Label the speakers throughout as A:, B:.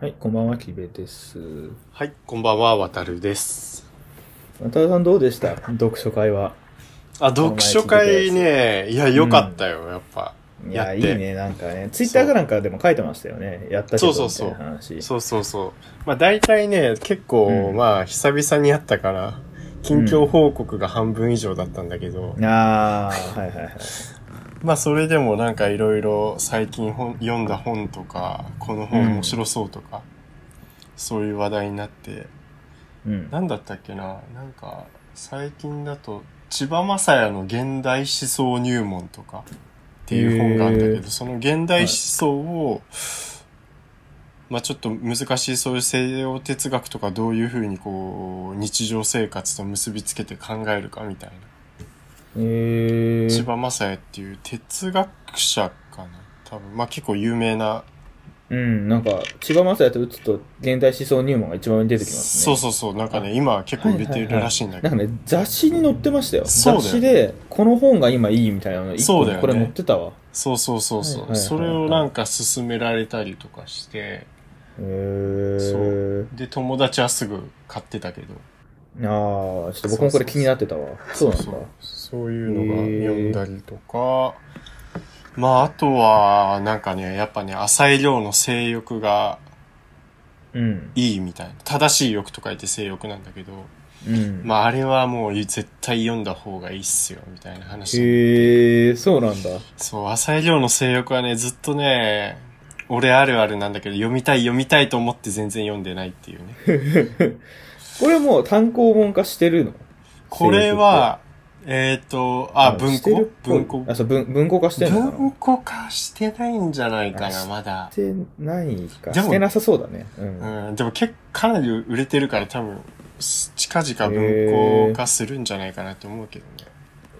A: はい、こんばんは、木部です。
B: はい、こんばんは、わたるです。
A: 渡辺さんどうでした読書会は。
B: あ、読書会ね、いや、良かったよ、やっぱ。
A: いや、
B: やっ
A: いい
B: て
A: ね、なんかね。ツイッターかなんかでも書いてましたよね。やったけどみたいな話。
B: そうそうそう。まあ、大体ね、結構、
A: うん
B: まあ、久々にやったから、近況報告が半分以上だったんだけど、
A: ああ、はいはいはい。
B: まあ、それでもなんかいろいろ最近本読んだ本とか、この
A: うん
B: 本面白そうとか、そういう話題になって、
A: うん。
B: なんだったっけな、なんか、最近だと、千葉雅也の現代思想入門とかっていう本があるんだけ
A: へ
B: ど、その現代思想を、まあちょっと難しいそういう西洋哲学とかどういうふうにこう、日常生活と結びつけて考えるかみたいな。
A: え
B: 千
A: ー、
B: 葉雅也っていう哲学者かな。多分、まあ結構有名な。
A: うん、なんか、千葉雅也と打つと、現代思想入門が一番上に出てきますね。
B: そうそうそう、なんかね、今結構売れてるらしいんだけど。
A: なんかね、雑誌に載ってましたよ。
B: そうだよ
A: 雑誌で、この本が今いいみたいなの、一
B: そ
A: 個
B: うだよね
A: これ載ってたわ。
B: そうそうそうそう、
A: はいはいはいはい
B: それをなんか勧められたりとかして、
A: へえ
B: そ
A: ー
B: う。で、友達はすぐ買ってたけど。
A: ああ、ちょっと僕もこれ気になってたわ。そうなんだ。
B: そうそういうのが読んだりとか、まあ、あとは、なんかね、やっぱね、浅い量の性欲が
A: うん。
B: いいみたいな。正しい欲と書いて性欲なんだけど、
A: うん。
B: まあ、あれはもう絶対読んだ方がいいっすよ、みたいな話。
A: へえ、そうなんだ。う
B: そう、浅い量の性欲はね、ずっとね、俺あるあるなんだけど、読みたい読みたいと思って全然読んでないっていうね。
A: んこれもう単行本化してるの
B: これは、えっ、と、あ、文
A: してる
B: 庫
A: っぽい
B: 文庫
A: あ、そう、文文庫化してんのか
B: 文
A: な
B: 庫化してないんじゃないか
A: あし
B: な、まだ
A: し。てないか。
B: でも
A: してなさそうだね。う。
B: うんん、でも結構かなり売れてるから多分、す近々文庫化するんじゃないかなと思うけどね。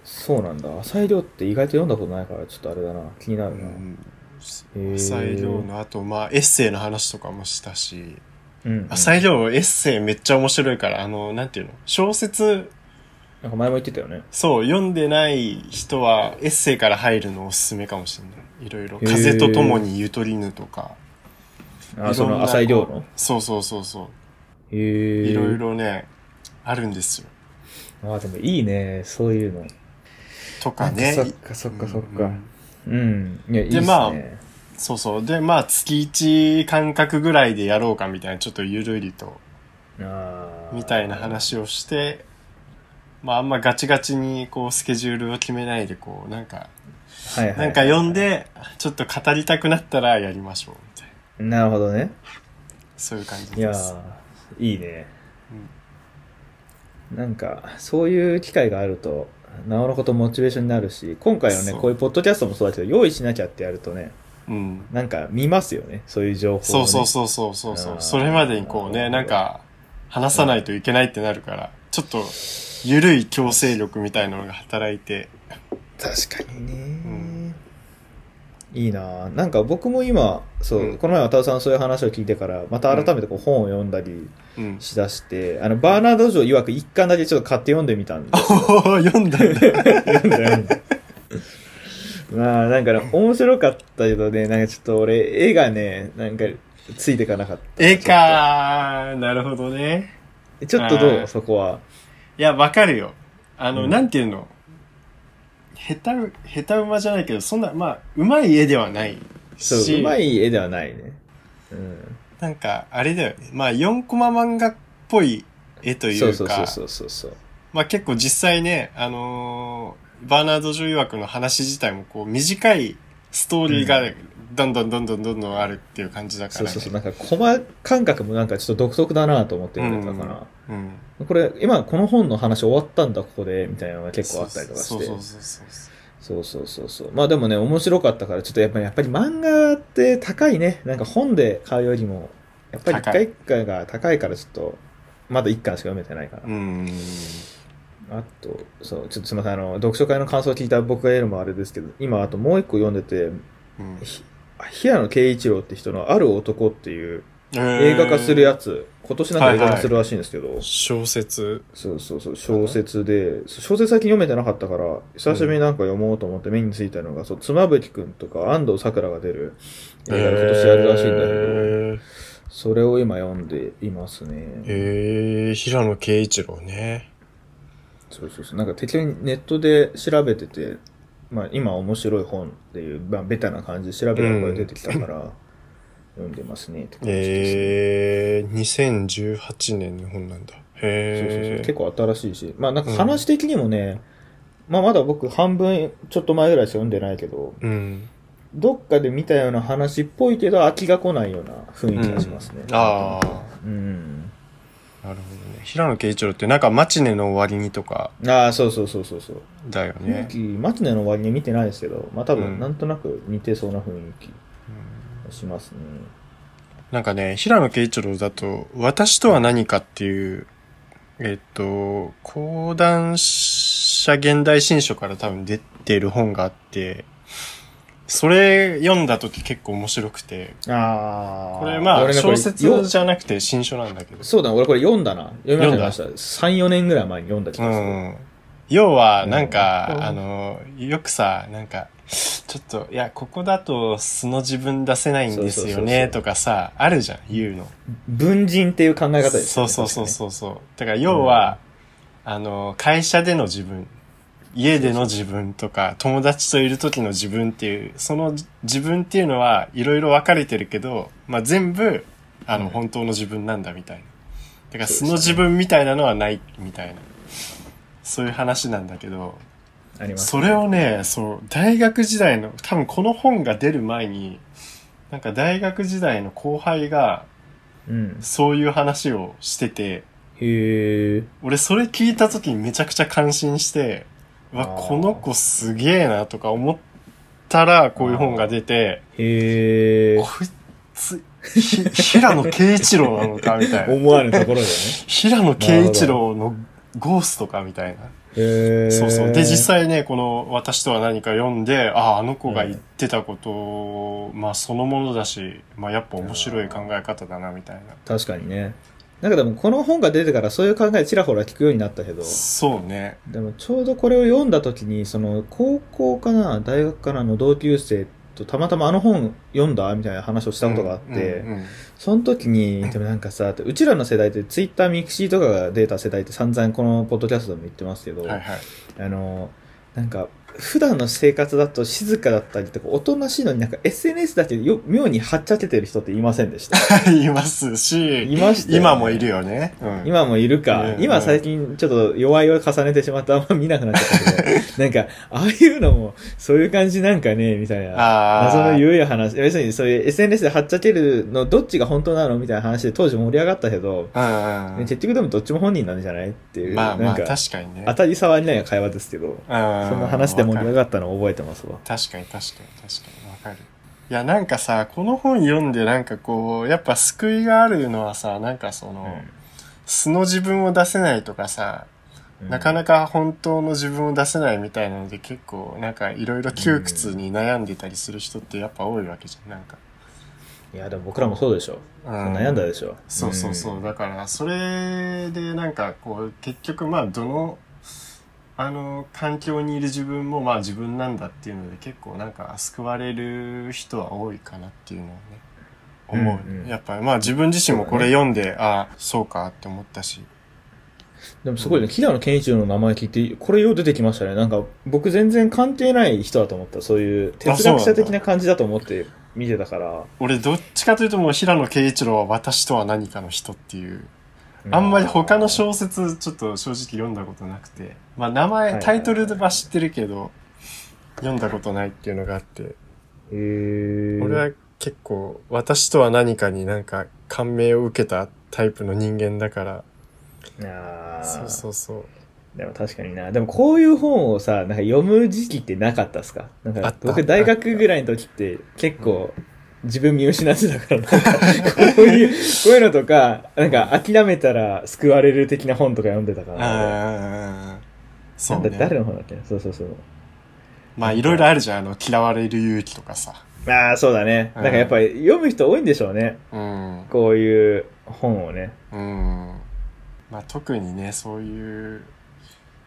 A: そうなんだ。浅井亮って意外と読んだことないから、ちょっとあれだな。気になるな。へ
B: う
A: ー
B: ん。浅井亮の、あと、まあ、エッセイの話とかもしたし、
A: うん。
B: 浅井
A: 亮
B: 亮のエッセイめっちゃ面白いから、あの、なんていうの小説、
A: なんか前も言ってたよね。
B: そう、読んでない人はエッセイから入るのおすすめかもしれない。いろいろ。
A: へー
B: 風と共にゆとりぬとか。
A: あ、そ
B: いろん
A: の
B: な
A: 浅井亮の。
B: そうそうそうそ
A: へ
B: う。
A: え。
B: いろい。ろね、あるんですよ。
A: あ、でもいいね。そういうの。
B: とかね。
A: そっかそっかそっ
B: う
A: か
B: ん。
A: うん。いや、いいっすね。
B: まあそうそう。で、まあ、月1間隔ぐらいでやろうかみたいな、ちょっとゆるりと、
A: あー
B: みたいな。話をして、まあ、あんまガチガチに、こう、スケジュールを決めないで、こう、なんか、
A: はいはい。
B: なんか読ん。で、ちょっと語りたくなったらやりましょう、みたいな。
A: なるほどね。
B: そういう感じです。
A: いやーいいね。
B: うん
A: なんか、そういう機会があると、なおのことモチベーションになるし、今回のね、
B: そう
A: こういうポッドキャストもそうだけど、用意しなきゃってやるとね、
B: うん。
A: なんか見ますよね、そういう情報を、ね。
B: そうそうそうそうそうそ
A: あー
B: う。それまでにこうね、
A: な
B: な
A: る
B: ん
A: ほど
B: か、話さないといけないってなるから、ちょっと、ゆるい強制力みたいなのが働いて、
A: 確かにね、
B: ん
A: いいなぁなんか僕も今、そう、
B: うん
A: この前渡辺さんのそういう話を聞いてから、また改めてこう本を読んだり
B: うん。
A: しだして、あの、バーナード・ジョー曰く一巻だけちょっと買って読んでみたんで
B: おー読ん だんだ。
A: なんだなんだ まあなんかね面白かったけどねなんかちょっと俺絵がねなんかついてかなかった
B: 絵かー。なるほどね。
A: ちょっとど
B: あ
A: う
B: ー
A: そこはい
B: や、わかるよ。あの、
A: うん
B: なんていうの。下手う、下手馬じゃないけど、そんな、まあ、うまい絵ではない
A: そう
B: し、
A: うまい絵ではないねうん
B: なんか、あれだよね。まあ、4コマ漫画っぽい絵という
A: そう
B: か、
A: そうそうそうそうそう
B: まあ結構実際ね、あのーバーナード・ジョー曰くの話自体もこう、短いストーリーが、
A: うん
B: どんどんどんどんどんどんあるっていう感じだか
A: そう
B: ら、
A: そ
B: ね。
A: うそうなんかコマ感覚もなんかちょっと独特だなと思って読んでたから、
B: うん。
A: これ今この本の話終わったんだここでみたいなのが結構あったりとかして
B: そうそうそうそうそう。
A: そうそうそうそう。まあでもね、面白かったから、ちょっとやっぱり、やっぱり漫画って高いね。なんか本で買うよりも、やっぱり一
B: 高
A: 回
B: い
A: 一回が高いから、ちょっと、まだ一巻しか読めてないから。
B: うん。
A: あと、そう、ちょっとすみません、あの、読書会の感想を聞いた僕が言うのもあれですけど、今、あともう一個読んでて、
B: うん
A: ひ平野啓一郎って人のある男っていう映
B: 映
A: 画化するやつ、今年なんか映画化するらしいんですけど、
B: 小説。
A: そうそうそう、小説で、小説最近読めてなかったから、久しぶりになんか読もうと思って目についたのが、そう、妻夫木くんとか安藤サクラが出る映画が今年やるらしいんだけど、
B: えー
A: それを今読んでいますね。
B: えー、平野啓一郎ね。
A: そうそうそう。なんか適当にネットで調べてて、まあ今面白い本っていう、まあベタな感じで調べたらこれ出てきたから、読んでますねって感じですね。
B: えー、2018年の本なんだ。
A: そうそうそう
B: へ
A: 結
B: え。
A: 構新しいし、まあなんか話的にもね、まあまだ僕半分ちょっと前ぐらいしか読んでないけど、
B: うん。
A: どっかで見たような話っぽいけど飽きが来ないような雰囲気がしますね。
B: あ
A: うん。
B: あ、なるほどね。平野啓一郎ってなんかマチネの終わりにとか
A: ああ、そうそうそうそうそう。
B: だよ
A: 雰
B: ね
A: 囲。気、マツネの終わりに見てないですけど、まあ多
B: うん
A: 分なんとなく似てそうな雰囲気がしますね。
B: なんかね、平野啓一郎だと、私とは何かっていう、えっと、講談社現代新書から多分出ている本があって、それ読んだ時結構面白くて、
A: ああ。
B: これまあ
A: 俺ねこれ
B: 小説じゃなくて新書なんだけど、
A: そうだな、俺これ読んだな。読み
B: 読んだ
A: ました。3、4年ぐらい前に読んだ気
B: う
A: がする。
B: ん。要は、なんか、
A: うん
B: あの、よくさ、なんか、ちょっと、いや、ここだと素の自分出せないんです
A: そう
B: よ
A: そうそうそ
B: ね、
A: う
B: とかさ、あるじゃん、言うの。
A: 文人っていう考え方です、ね。
B: そうそうそうそうそう。だから要は、あの、会社での自分、家での自分とか、友達といる時の自分っていう、その自分っていうのはいろいろ分かれてるけど、まあ全部、あの、
A: うん
B: 本当の自分なんだみたいな。だか
A: そうで
B: ら
A: す
B: 素
A: ね
B: の自分みたいなのはないみたいな。そういう話なんだけど、
A: 確かにね。あります。
B: それをね、そう、大学時代の、多分この本が出る前に、なんか大学時代の後輩が、
A: うん。
B: そういう話をしてて、
A: へえ。
B: 俺それ聞いた時にめちゃくちゃ感心して、うわ、
A: あー
B: この子すげえなとか思ったら、こういう本が出て、
A: へえ
B: こ。いつ、ひ平野啓一郎なのか みたいな。
A: 思わぬところだね。
B: 平野啓一郎のゴーストかみたいな。
A: へえ。
B: そうそう。で、実際ね、この私とは何か読んで、ああ、あの子が言ってたことを、まあそのものだし、まあやっぱ面白い考え方だな、みたいな。
A: 確かにね。なんかでもこの本が出てからそういう考えちらほら聞くようになったけど、
B: そうね。
A: でもちょうどこれを読んだ時に、その高校かな、大学かなの同級生とたまたまあの本読んだみたいな話をしたことがあって、
B: うんうんうん
A: その時に、でもなんかさ、ってうちらの世代ってツイッター、ミクシーとかが出た世代って散々このポッドキャストでも言ってますけど、
B: はいはい。
A: あの、なんか、普段の生活だと静かだったりとか、おとなしいのになんか SNS だけよ妙にはっちゃけてる人っていませんで した。
B: いますし、
A: いましたよね
B: 今もいるよね。うん
A: 今もいるか、
B: うん
A: 今最近ちょっと弱いを重ねてしまってあんま見なくなっちゃった けど、なんか、ああいうのも、そういう感じなんかね、みたいな。
B: あ
A: 謎の
B: ー
A: 緩い話。要するにそういう SNS ではっちゃけるのどっちが本当なのみたいな話で当時盛り上がったけど、
B: うんうん
A: 結局でもどっちも本人なんじゃないっていう。
B: まあま
A: な
B: あ、
A: んか、
B: 確かにね。
A: 当たり障りない会話ですけど、
B: そん
A: そんな話で盛り上
B: る。
A: がったのを覚えてますわ。
B: 確かに確かに確かに、わかる。いや、なんかさ、この本読んでなんかこう、やっぱ救いがあるのはさ、なんかその、素の自分を出せないとかさ、なかな
A: か、
B: か本当の自分を出せないみたいなので結構、なんかいろいろ窮屈に悩んでたりする人ってやっぱ多いわけじゃん、なんか。
A: いや、でも僕らもそうでしょ。
B: うん
A: 悩んだでしょ。
B: そうそうそう。
A: ん
B: だから、それでなんかこう、結局まあ、どの、あの、環境にいる自分もまあ自分なんだっていうので結構なんか救われる人は多いかなっていうのはね、思う。
A: うんうん
B: やっぱりまあ自分自身もこれ読んで、ああ、そうかって思ったし。
A: でもすごいね、平野健一郎の名前聞いて、これよう出てきましたね。なんか、僕全然関係ない人だと思った。そういう哲学者的な感じだと思って見てたから。
B: 俺どっちかというともう平野啓一郎は私とは何かの人っていう、あんまり他の小説ちょっと正直読んだことなくて、まあ名前、タイトルは知ってるけど、読んだことないっていうのがあって、
A: へー
B: 俺は結構私とは何かになんか感銘を受けたタイプの人間だから
A: あー
B: そうそうそう
A: でも確かにな。でもこういう本をさ、なんか読む時期ってなかったっすかなん
B: あっ
A: か
B: た
A: 僕大学ぐらいの時って結構自分見失ってたから、 なんかこういう、こういうのとか、なんか諦めたら救われる的な本とか読んでたから。
B: あーそ
A: な
B: うん
A: だ誰
B: ね
A: の本だっけそうそうそう。
B: まあいろいろあるじゃんあの嫌われる勇気とかさ
A: ああ、そうだね。
B: うん
A: なんかやっぱり読む人多いんでしょうね。
B: うんうん
A: こういう本をね。
B: まあ特にねそういう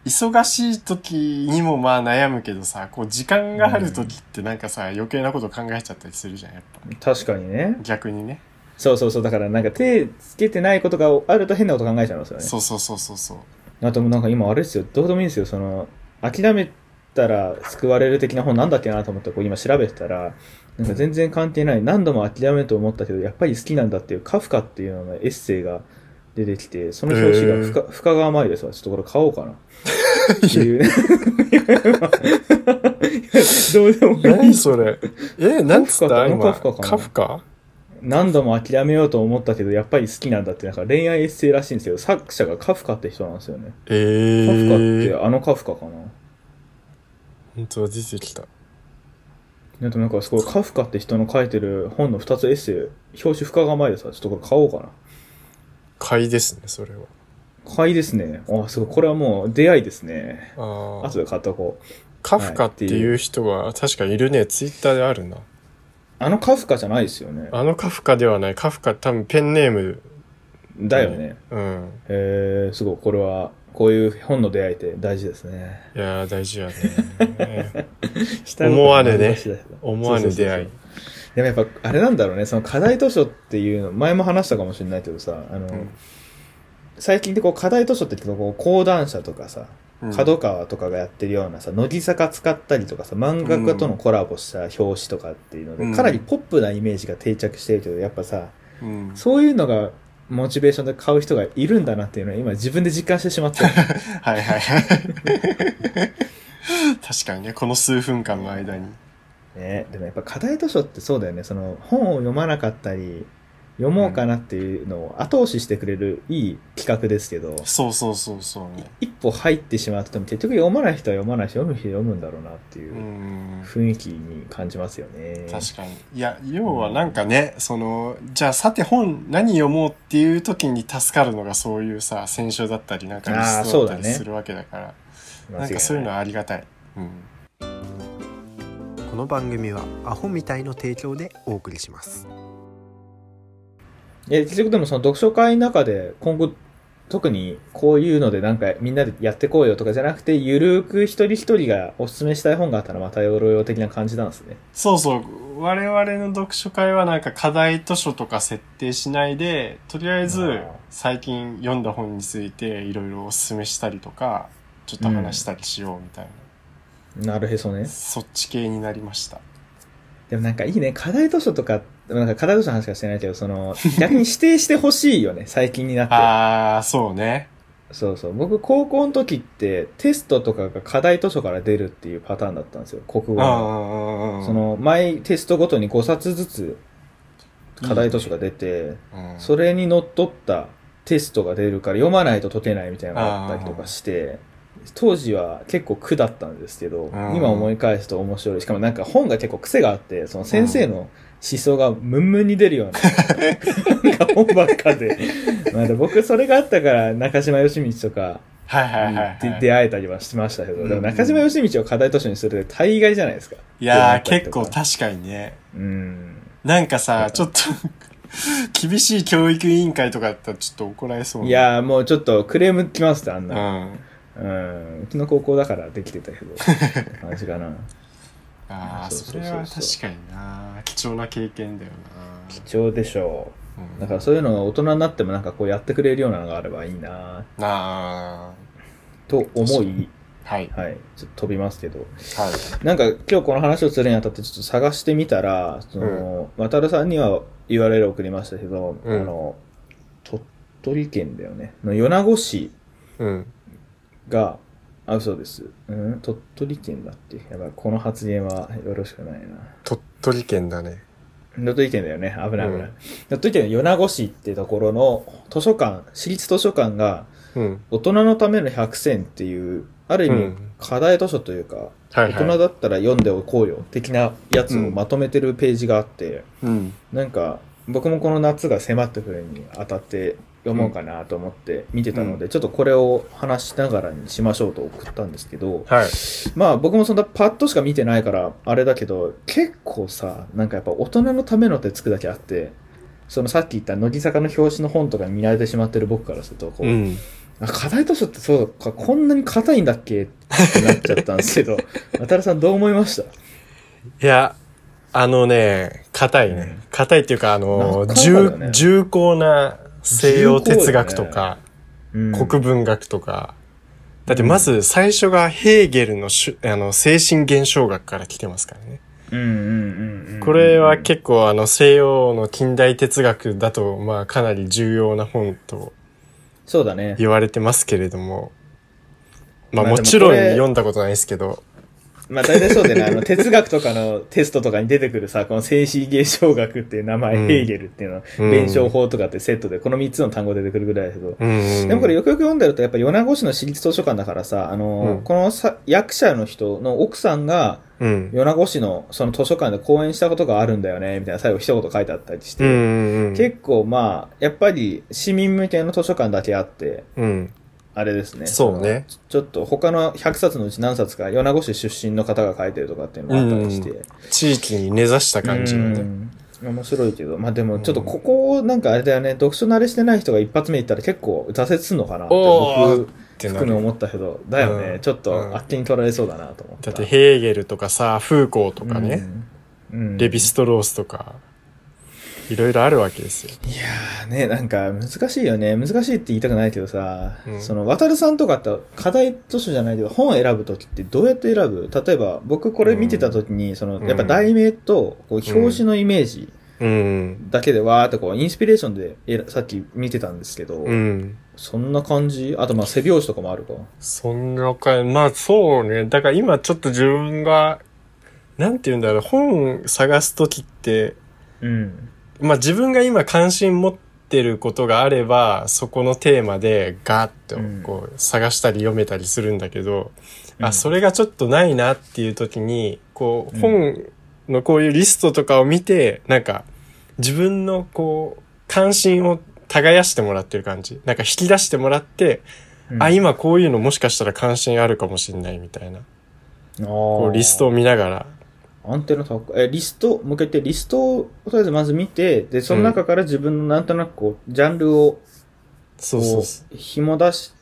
B: 忙しい時にもまあ悩むけどさこう時間がある時ってなんかさ余計なこと考えちゃったりするじゃんやっぱ
A: 確かにね。
B: 逆にね
A: そうそうそう、だからなんか手つけてないことがあると変なこと考えちゃうんですよね。
B: そうそうそうそうそう。
A: あともうなんか今あれですよ、どうでもいいですよ、その、諦めたら救われる的な本なんだっけなと思ってこう今調べてたら、なんか全然関係ない、何度も諦めると思ったけど、やっぱり好きなんだっていうカフカっていうののエッセイが出てきて、その表紙が深,、深川真由ですわ。ちょっとこれ買おう かな。っていう ね。どうでもいい
B: 何。それえ、なんつ
A: カ
B: った
A: フカカ
B: 今。
A: フカかな
B: カフカ
A: 何度も諦めようと思ったけど、やっぱり好きなんだって、なんか恋愛エッセイらしいんですけど、作者がカフカって人なんですよね。
B: え
A: カフカっ
B: ー。
A: てあのカフカかな。
B: 本当は出てきた。
A: でもなんかすごいカフカって人の書いてる本の2つエッセイ、表紙深川前でさ、ちょっとこれ買おうかな。
B: 買いですね、それは。
A: 買いですね。あ、すごい。これはもう出会いですね。
B: ああ。
A: 後で買っとこう。
B: カフカっていう人は確かいるね。ツイッターであるな。
A: あのカフカじゃないですよね。
B: あのカフカではない。カフカ多分ペンネーム。
A: だよね。
B: うん。
A: えー、すごい。これは、こういう本の出会いって大事ですね。
B: いやー、大事や ね。思わぬね思わぬ出
A: そうそうそうそ
B: 会い
A: う。でもやっぱ、あれなんだろうね、その課題図書っていうの、前も話したかもしれないけどさ、あの、
B: ん
A: 最近ってこう課題図書って言ってこう、講談社とかさ、
B: うん
A: 角川とかがやってるようなさ、乃木坂使ったりとかさ、漫画家とのコラボした表紙とかっていうので、
B: うん
A: かなりポップなイメージが定着してるけど、やっぱさ、
B: うん。
A: そういうのがモチベーションで買う人がいるんだなっていうのは今自分で実感してしま った。
B: はいはいはい。 確かにね、この数分間の間に。
A: ね、でもやっぱ課題図書ってそうだよねその本を読まなかったり読もうかなっていうのを後押ししてくれるいい企画ですけど、
B: そうそうそうそうね。。
A: 一歩入ってしまうとでも結局読まない人は読まないし読む人は読むんだろうなっていううん雰囲気に感じますよね、
B: 確かに。いや、要はなんかね、その、じゃあさて本何読もうっていう時に助かるのがそういうさ、選書だったりなんかリ
A: あー
B: ス
A: そ
B: トだっ
A: う
B: た
A: だね
B: りするわけだから、
A: 間違
B: なん
A: い
B: かそういうのはありがたい。うん。
C: この番組はアホみたいの提供でお送りします
A: いや結局でもその読書会の中で今後特にこういうのでなんかみんなでやってこうよとかじゃなくてゆるく一人一人がおすすめしたい本があったらまたよろよ的な感じなんですね
B: そうそう。我々の読書会はなんか課題図書とか設定しないで、とりあえ
A: あ
B: ず
A: ー
B: 最近読んだ本についていろいろおすすめしたりとか、ちょっと話したりしようみたいな。
A: なるへそね
B: そっち系になりました。
A: でもなんかいいね、課題図書とか、でもなんか課題図書の話しかしてないけど、その、逆に指定してほしいよね、 最近になって。
B: あー、そうね。
A: そうそう。僕、高校の時って、テストとかが課題図書から出るっていうパターンだったんですよ、国語
B: うん
A: の。
B: うんうんうん。
A: そ、の、毎テストごとに5冊ずつ課題図書が出て、
B: うん、
A: それにのっとったテストが出るから読まないと解けないみたいなのがあったりとかして、当時は結構苦だったんですけど、
B: ん
A: 今思い返すと面白い。しかもなんか本が結構癖があって、その先生の思想がムンムンに出る ような、なんか本ばっかで。まあで僕それがあったから中島よしみちとか
B: はいはいはい、はい。
A: に出出会えたりはしましたけど、
B: うん
A: でも中島よしみちを課題図書にするって大概じゃないですか。
B: いやー、
A: 出会えた
B: 結
A: りとか
B: 構確かにね。
A: うん。
B: なんか
A: なん
B: さ、
A: か
B: ちょっと、 厳しい教育委員会とかだったらちょっと怒られそう。
A: い、やーもうちょっとクレーム来ますってあん
B: う
A: な。
B: ん。
A: うん、うちの高校だからできてたけど、 って感じかな。
B: ああ、
A: そう
B: そ
A: そうそうそう
B: れは確かにな。貴重な経験だよ
A: 貴重でしょ
B: な。うん
A: う。だからそういうのが大人になってもなんかこうやってくれるようなのがあればいいな
B: なあ。
A: と思い、
B: はい。はい。
A: はい、ちょっと飛びますけど。なんか今日この話をするにあたってちょっと探してみたら、その、渡るさんには URL 送りましたけど、
B: うん
A: あの、鳥取県だよね。の米子市
B: うん。
A: が、あ、そうです。うん、鳥取県だって。やばい、この発言はよろしくないな。
B: 鳥取県だね。
A: 鳥取県だよね。危ない危ない。
B: うん
A: 鳥取県の米子市ってところの図書館、私立図書館が
B: うん。
A: 大人のための100選っていう、ある意
B: う
A: 味
B: ん
A: 課題図書というか、
B: は
A: 大人だったら読んでおこうよ的なやつをまとめてるページがあって、
B: うん。
A: なんか僕もこの夏が迫ってくるにあたって読もうかなと思って見てたので、ちょっとこれを話しながらにしましょうと送ったんですけど、
B: はい。
A: まあ僕もそんなパッとしか見てないからあれだけど結構さなんかやっぱ大人のためのってつくだけあってそのさっき言った乃木坂の表紙の本とかに見られてしまってる僕からするとこう、
B: うん。
A: あ課題図書ってそうかこんなに硬いんだ っけってなっちゃったんですけど渡るさんどう思いました
B: いや、あのね、硬いね。硬いっていうか、あの、
A: なかなかだよ
B: 重
A: ね、
B: 重厚な西洋哲学とか、
A: うん
B: 国文学とか。だってまず最初がヘーゲルのしゅあの精神現象学から来てますからね。
A: うんうんうんうん
B: これは結構あの西洋の近代哲学だとまあかなり重要な本と
A: そうだね。
B: 言われてますけれども。
A: ま
B: まあ
A: あでも
B: もちろ
A: こ
B: ん
A: れ
B: 読んだことないですけど。
A: まあ大体そうだよね。あの、哲学とかのテストとかに出てくるさ、この静止現象学っていう名前、
B: うん
A: ヘーゲルっていうの、
B: うん
A: 弁証法とかってセットで、この3つの単語出てくるぐらいだけど、
B: うん。
A: でもこれよくよく読んでると、やっぱ米子市の私立図書館だからさ、あの、
B: うん
A: このさ役者の人の奥さんが、
B: うん。
A: 米子市のその図書館で講演したことがあるんだよね、みたいな最後一言書いてあったりし
B: うんう
A: て、
B: ん。うん
A: 結構まあ、やっぱり市民向けの図書館だけあって、
B: うん。
A: あれですね。
B: そうね
A: その。ちょっと他の100冊のうち何冊か、米子市出身の方が書いてるとかっていうのもあったりして。
B: うん地域に根ざした感じのね。
A: うん面白いけど。まあでも、ちょっとここ、なんかあれだよね、読書慣れしてない人が一発目行ったら結構挫折すんのかなって
B: おー
A: 僕
B: ってな
A: 含め
B: る。
A: 思ったけど、だよね、
B: うん
A: ちょっ
B: うん
A: とあっけに取られそうだなと思った。
B: だってヘーゲルとかさ、フーコーとかね。
A: うん、うん
B: レヴィストロースとか、いろいろあるわけですよ。
A: いやーね、なんか難しいよね。難しいって言いたくないけどさ、
B: うん
A: その、渡るさんとかって課題図書じゃないけど、本選ぶときってどうやって選ぶ例えば、僕これ見てたときに、その、やっぱ題名と、こう、表紙のイメージ
B: うん。
A: だけでわーってこう、インスピレーションでえらさっき見てたんですけど、
B: うん。
A: そんな感じあと、まあ、背表紙とかもあるか。
B: そんなか、まあそうね。だから今ちょっと自分が、なんて言うんだろう、本探すときって、
A: うん。
B: まあ自分が今関心持ってることがあれば、そこのテーマでガッとこう探したり読めたりするんだけど、
A: う
B: あ、
A: ん
B: それがちょっとないなっていう時に、こう、
A: うん
B: 本のこういうリストとかを見て、なんか、自分のこう、関心を耕してもらってる感じ。なんか引き出してもらって、あ、今こういうのもしかしたら関心あるかもしれないみたいな。こ
A: こ
B: う、リストを見ながら。
A: アンテナ高いえ、リスト、もう一回言って、リストをとりあえずまず見て、で、その中から自分のなんとなくこう、ジャンルを、
B: そうそう
A: こ、
B: そう
A: 紐出し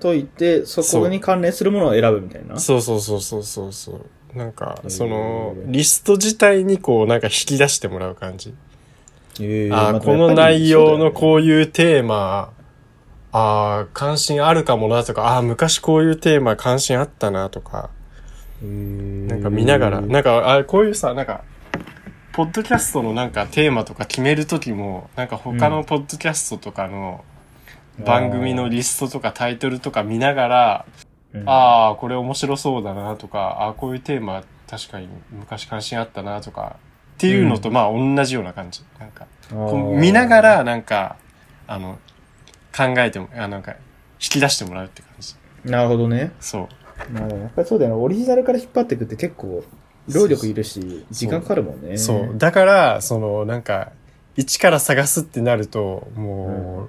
A: といて、そこに関連するものを選ぶみたいな。
B: う。そうそうそうそうそうそう。なんか、
A: へー
B: その、リスト自体にこう、なんか引き出してもらう感じ。
A: えー
B: あ
A: ま
B: ー
A: あ
B: この内容の
A: う
B: こういうテーマ、ああ、関心あるかもなとか、ああ、昔こういうテーマ関心あったなとか、
A: だよね、
B: なんか見ながら、
A: うーん
B: なんか、あーこういうさ、なんか、ポッドキャストのなんかテーマとか決めるときも、なんか他のポッドキャストとかの番組のリストとかタイトルとか見ながら、
A: うん
B: ああ、これ面白そうだなとか、ああ、こういうテーマ確かに昔関心あったなとか、っていうのとまあ同じような感じ。なんか、こう見なが、ら、なんか、あの、考えても、あなんか、引き出してもらうって感じ。
A: あーなるほどね。
B: そう。
A: まあ、やっぱりそうだよね。オリジナルから引っ張っていくって結構、労力いるし、時間かかるもんね。
B: そう。だから、その、なんか、一から探すってなると、もう、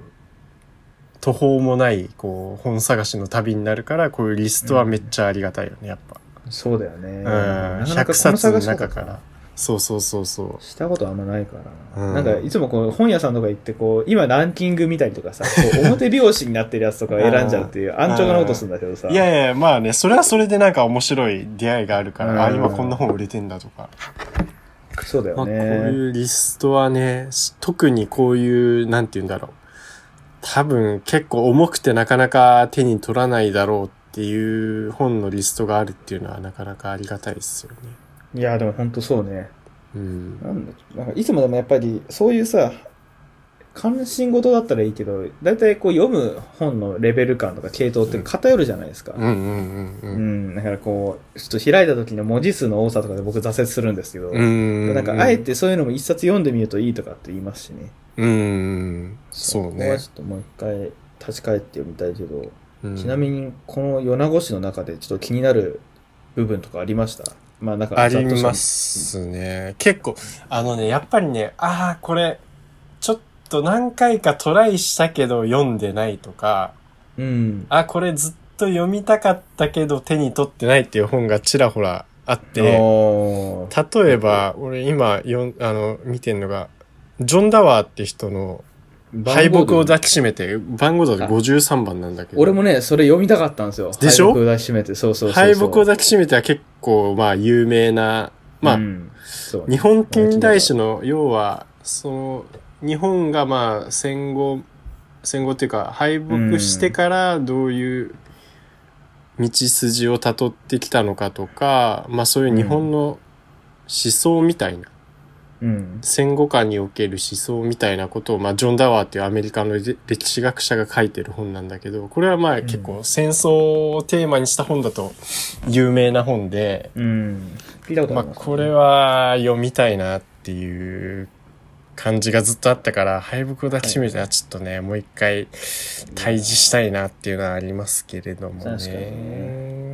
B: 途方もない、こう、本探しの旅になるから、こういうリストはめっちゃありがたいよね、やっぱ。
A: そうだよね。
B: う
A: な
B: ん。
A: かなかこ
B: 100
A: の探し方
B: 冊の中から。そうそうそうそう。
A: したことあんまないからな。
B: うん
A: なんか、いつもこう、本屋さんとか行って、こう、今ランキング見たりとかさ、こ う表拍子になってるやつとかを選んじゃうっていう、安直なことするんだけどさ。
B: いやいや、まあね、それはそれでなんか面白い出会いがあるから、あ、今こんな本売れてんだとか。
A: そうだ
B: ま
A: よ
B: あ、こう
A: ね。
B: いうリストはね、し特にこういう、なんて言うんだろう。多分結構重くてなかなか手に取らないだろうっていう本のリストがあるっていうのはなかなかありがたいですよね。
A: いや、でも本当そうね。
B: うん。
A: なんだなんかいつもでもやっぱり、そういうさ、関心事だったらいいけど、だいたいこう読む本のレベル感とか系統って偏るじゃないですか。
B: うんうんう
A: うんん、だからこう、ちょっと開いた時の文字数の多さとかで僕挫折するんですけど、
B: うん。うん。
A: なんかあえ、てそういうのも一冊読んでみるといいとかって言いますしね。
B: うん。そう
A: ここは
B: ね
A: ち。ょっともう一回立ち返って読みたいけど、ち
B: ち
A: なみにこの米子市の中でちょっと気になる部分とかありましたまあなんか
B: ありま。すね。結構、あのね、やっぱりね、ああ、これ、ちょっと何回かトライしたけど読んでないとか、
A: うん。
B: あ、これずっと読みたかったけど手に取ってないっていう本がちらほらあって、
A: おー
B: 例えば、俺今よん、あの、見てんのが、ジョン・ダワーって人の敗北を抱きしめて、番号だと53番なんだけど、
A: 俺もね、それ読みたかったんですよ。
B: でしょ
A: 敗北を抱きしめて、そうそうそうそう。
B: 敗北を抱きしめては結構、まあ、有名な、まあ
A: うんそうね
B: 日本近代史の要はその日本がまあ戦後戦後っていうか敗北してからどういう道筋をたどってきたのかとか、まあそういう日本の思想みたいな、
A: うん。
B: 戦後下における思想みたいなことを、まあ、ジョン・ダワーっていうアメリカの歴史学者が書いてる本なんだけどこれはまあ結構戦争をテーマにした本だと有名な本で、
A: うん。聞いたこと
B: ま
A: あ
B: あ、
A: ります、
B: これは読みたいなっていう感じがずっとあったから敗北を抱きしめてはちょっとね、もう一回対峙したいなっていうのはありますけれどもね。
A: 確かにね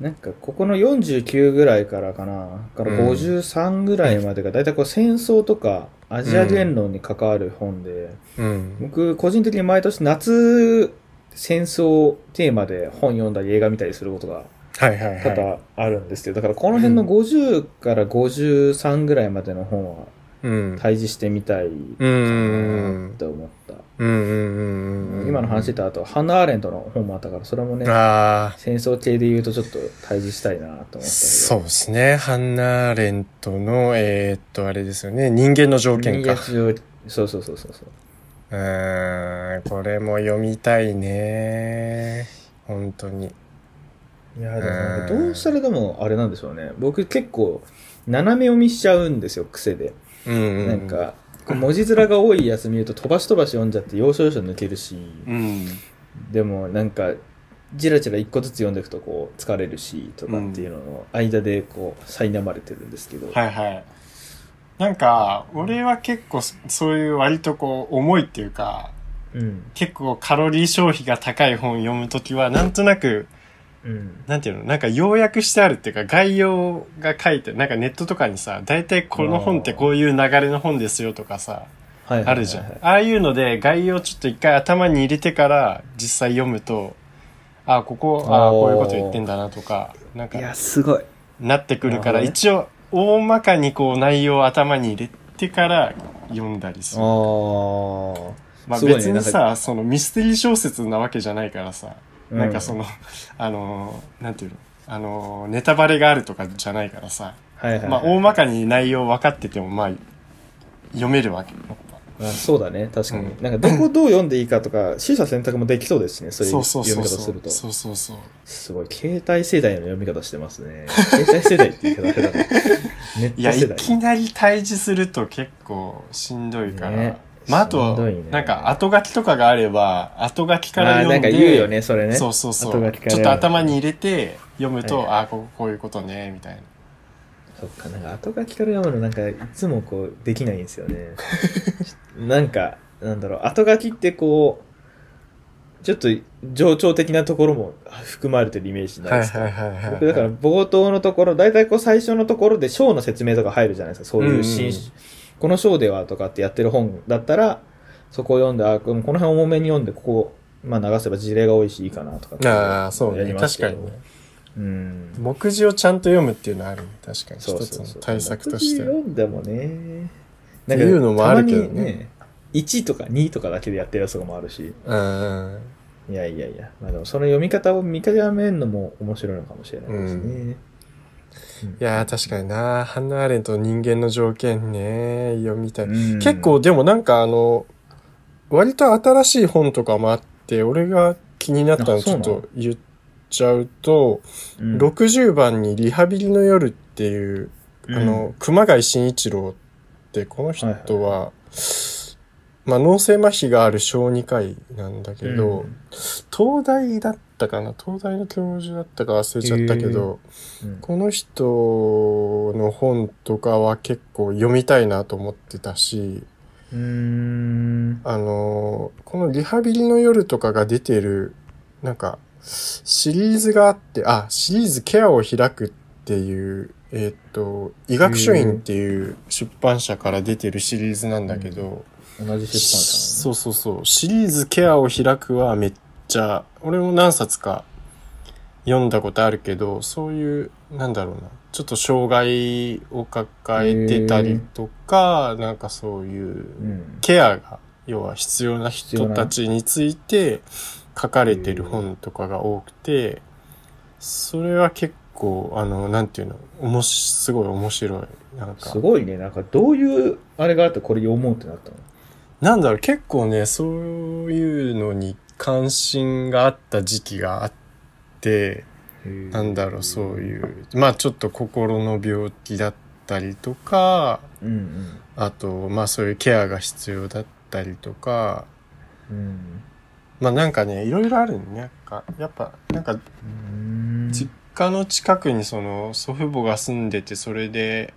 A: なんか、ここの49ぐらいからかな、から
B: うん
A: 53ぐらいまでが、だいたいこう戦争とかアジア言論に関わる本で、
B: うん。
A: 僕、個人的に毎年夏、戦争テーマで本読んだり映画見たりすることが
B: はいはい
A: 多
B: は。
A: 々あるんですけど、だからこの辺の50から53ぐらいまでの本はい
B: うん。
A: 対峙してみたい
B: うん
A: なって思った。
B: うんうんうんうん。
A: 今の話だと、ハンナ・アーレントの本もあったから、それもね、
B: ああ。
A: 戦争系で言うとちょっと対峙したいなと思ったけど。
B: そうですね。ハンナ・アーレントの、えーっと、あれですよね。人間の条件
A: 人間
B: か。
A: 上そうそうそうそうそう。
B: うーん。これも読みたいね。本当に。
A: いや、でもなんか
B: うん
A: どうしたらでもあれなんでしょうね。僕結構、斜め読みしちゃうんですよ、癖で。
B: うんうん。
A: なんか、こう文字面が多いやつ見ると飛ばし飛ばし読んじゃって要所要所抜けるし、
B: うん。
A: でもなんか、じらじら一個ずつ読んでいくとこう疲れるしとかっていうのの間でこう苛まれてるんですけど、
B: はいはい。なんか、俺は結構そそういう割とこう、重いっていうか、
A: うん
B: 結構カロリー消費が高い本読むときは、なんとなく、
A: うん
B: なんていうのなんか要約してあるっていうか、概要が書いて、なんかネットとかにさ、大体この本ってこういう流れの本ですよとかさ、
A: はいはいはいはい
B: あるじゃん。ああいうので、概要ちょっと一回頭に入れてから、実際読むと、ああ、ここ、ああ、こういうこと言ってんだなとか、なんか。
A: いやすごい
B: なってくる
A: なる
B: か
A: ほ
B: ら、
A: どね
B: 一応大まかにこう内容を頭に入れてから読んだりす
A: あ
B: る。
A: ー
B: まあ
A: すごいね
B: 別に
A: な
B: さ、そのミステリー小説なわけじゃないからさ、
A: うん
B: なんかその、 あの、なんていうの、あの、ネタバレがあるとかじゃないからさ、
A: はいはいはい、
B: まあ大まかに内容分かってても、まあ、読めるわけ。
A: あそうだね、確かに。
B: う
A: なんか、どこどう読んでいいかとか、取捨選択もできそうですしね、そうい
B: そううそう
A: 読み
B: そう
A: 方す
B: そ
A: ると
B: う。。そうそうそう。
A: すごい、携帯世代の読み方してますね。 携帯世代って言い方あれ だな。ネッ
B: いや、
A: ト世
B: い
A: 代。
B: きなり対峙すると結構しんどいから。
A: ね
B: まあ、あ
A: しん
B: と、
A: どいね
B: なんか後書きとかがあれば、後書きか
A: あ
B: ら
A: ー
B: 読んで、
A: なんか言うよね、それね。
B: そうそうそ
A: 後書
B: う。
A: きから
B: ちょっと頭に入れて読むと、
A: はいはい
B: ああ、こここういうことね、みたいな。
A: そっか、なんか後書きから読むのなんかいつもこうできないんですよね。 なんか、なんだろう、後書きってこう、ちょっと冗長的なところも含まれてるイメージないですか。
B: はいは
A: 僕だから冒頭のところ、大体こう最初のところで章の説明とか入るじゃないですか。そういう新、
B: うんうんうん
A: この章ではとかってやってる本だったら、そこを読んで、あ、この辺重めに読んで、ここ、まあ流せば事例が多いしいいかなとかって
B: ああ、そう
A: や
B: ね。
A: ります
B: 確
A: けど
B: かにね。
A: うん。
B: 目次をちゃんと読むっていうのはあるね。確かに。
A: そう
B: 一
A: そ
B: つ
A: う
B: の
A: そう。
B: 対策として。
A: 読んでもね。
B: っていうのもあるけどね
A: たまに1とか2とかだけでやってるやつとかもあるし。
B: うんうん。
A: いやいやいや。まあでもその読み方を見極めるのも面白いのかもしれないですね。
B: いやー、確かにな。ハンナ・アーレントの人間の条件ね。読みたい。
A: うん
B: 結構、、でもなんかあの、割と新しい本とかもあって、俺が気になったの
A: あ
B: ち
A: そう
B: ょ
A: な
B: っ
A: の
B: と言っちゃうと、
A: うん、
B: 60番にリハビリの夜っていう、
A: うん
B: あの、、熊谷慎一郎って、この人は、まあ、脳性麻痺がある小児科医なんだけど、
A: うん
B: 東大だったかな東大の教授だったか忘れちゃったけど、
A: うん
B: この人の本とかは結構読みたいなと思ってたし、
A: うーん。
B: あのーこのリハビリの夜とかが出てる、なんか、シリーズがあって、あ、シリーズケアを開くっていう、えーっと、医学書院っていう出版社から出てるシリーズなんだけど、
A: 同じ出版社
B: そうそうそう、シリーズケアを開くはめっちゃ、俺も何冊か読んだことあるけど、そういう、なんだろうな、ちょっと障害を抱えてたりとか、なんかそういう
A: なのねうん。
B: ケアが要は必要な人たちについて書かれてる本とかが多くてそれは結構、あの、なんていうの、おもし、すごい面白い。なんか
A: す、ごいね。なんかどういうあれがあってこれ読もうってなったの
B: なんだろう、結構ね、そういうのに関心があった時期があって、なんだろう、そういう、まあちょっと心の病気だったりとか、
A: うん
B: あと、まあそういうケアが必要だったりとか、
A: うん。うん。
B: まあなんかね、いろいろあるね。なんか、やっぱ、なんか、
A: うん。
B: 実家の近くにその祖父母が住んでて、それで、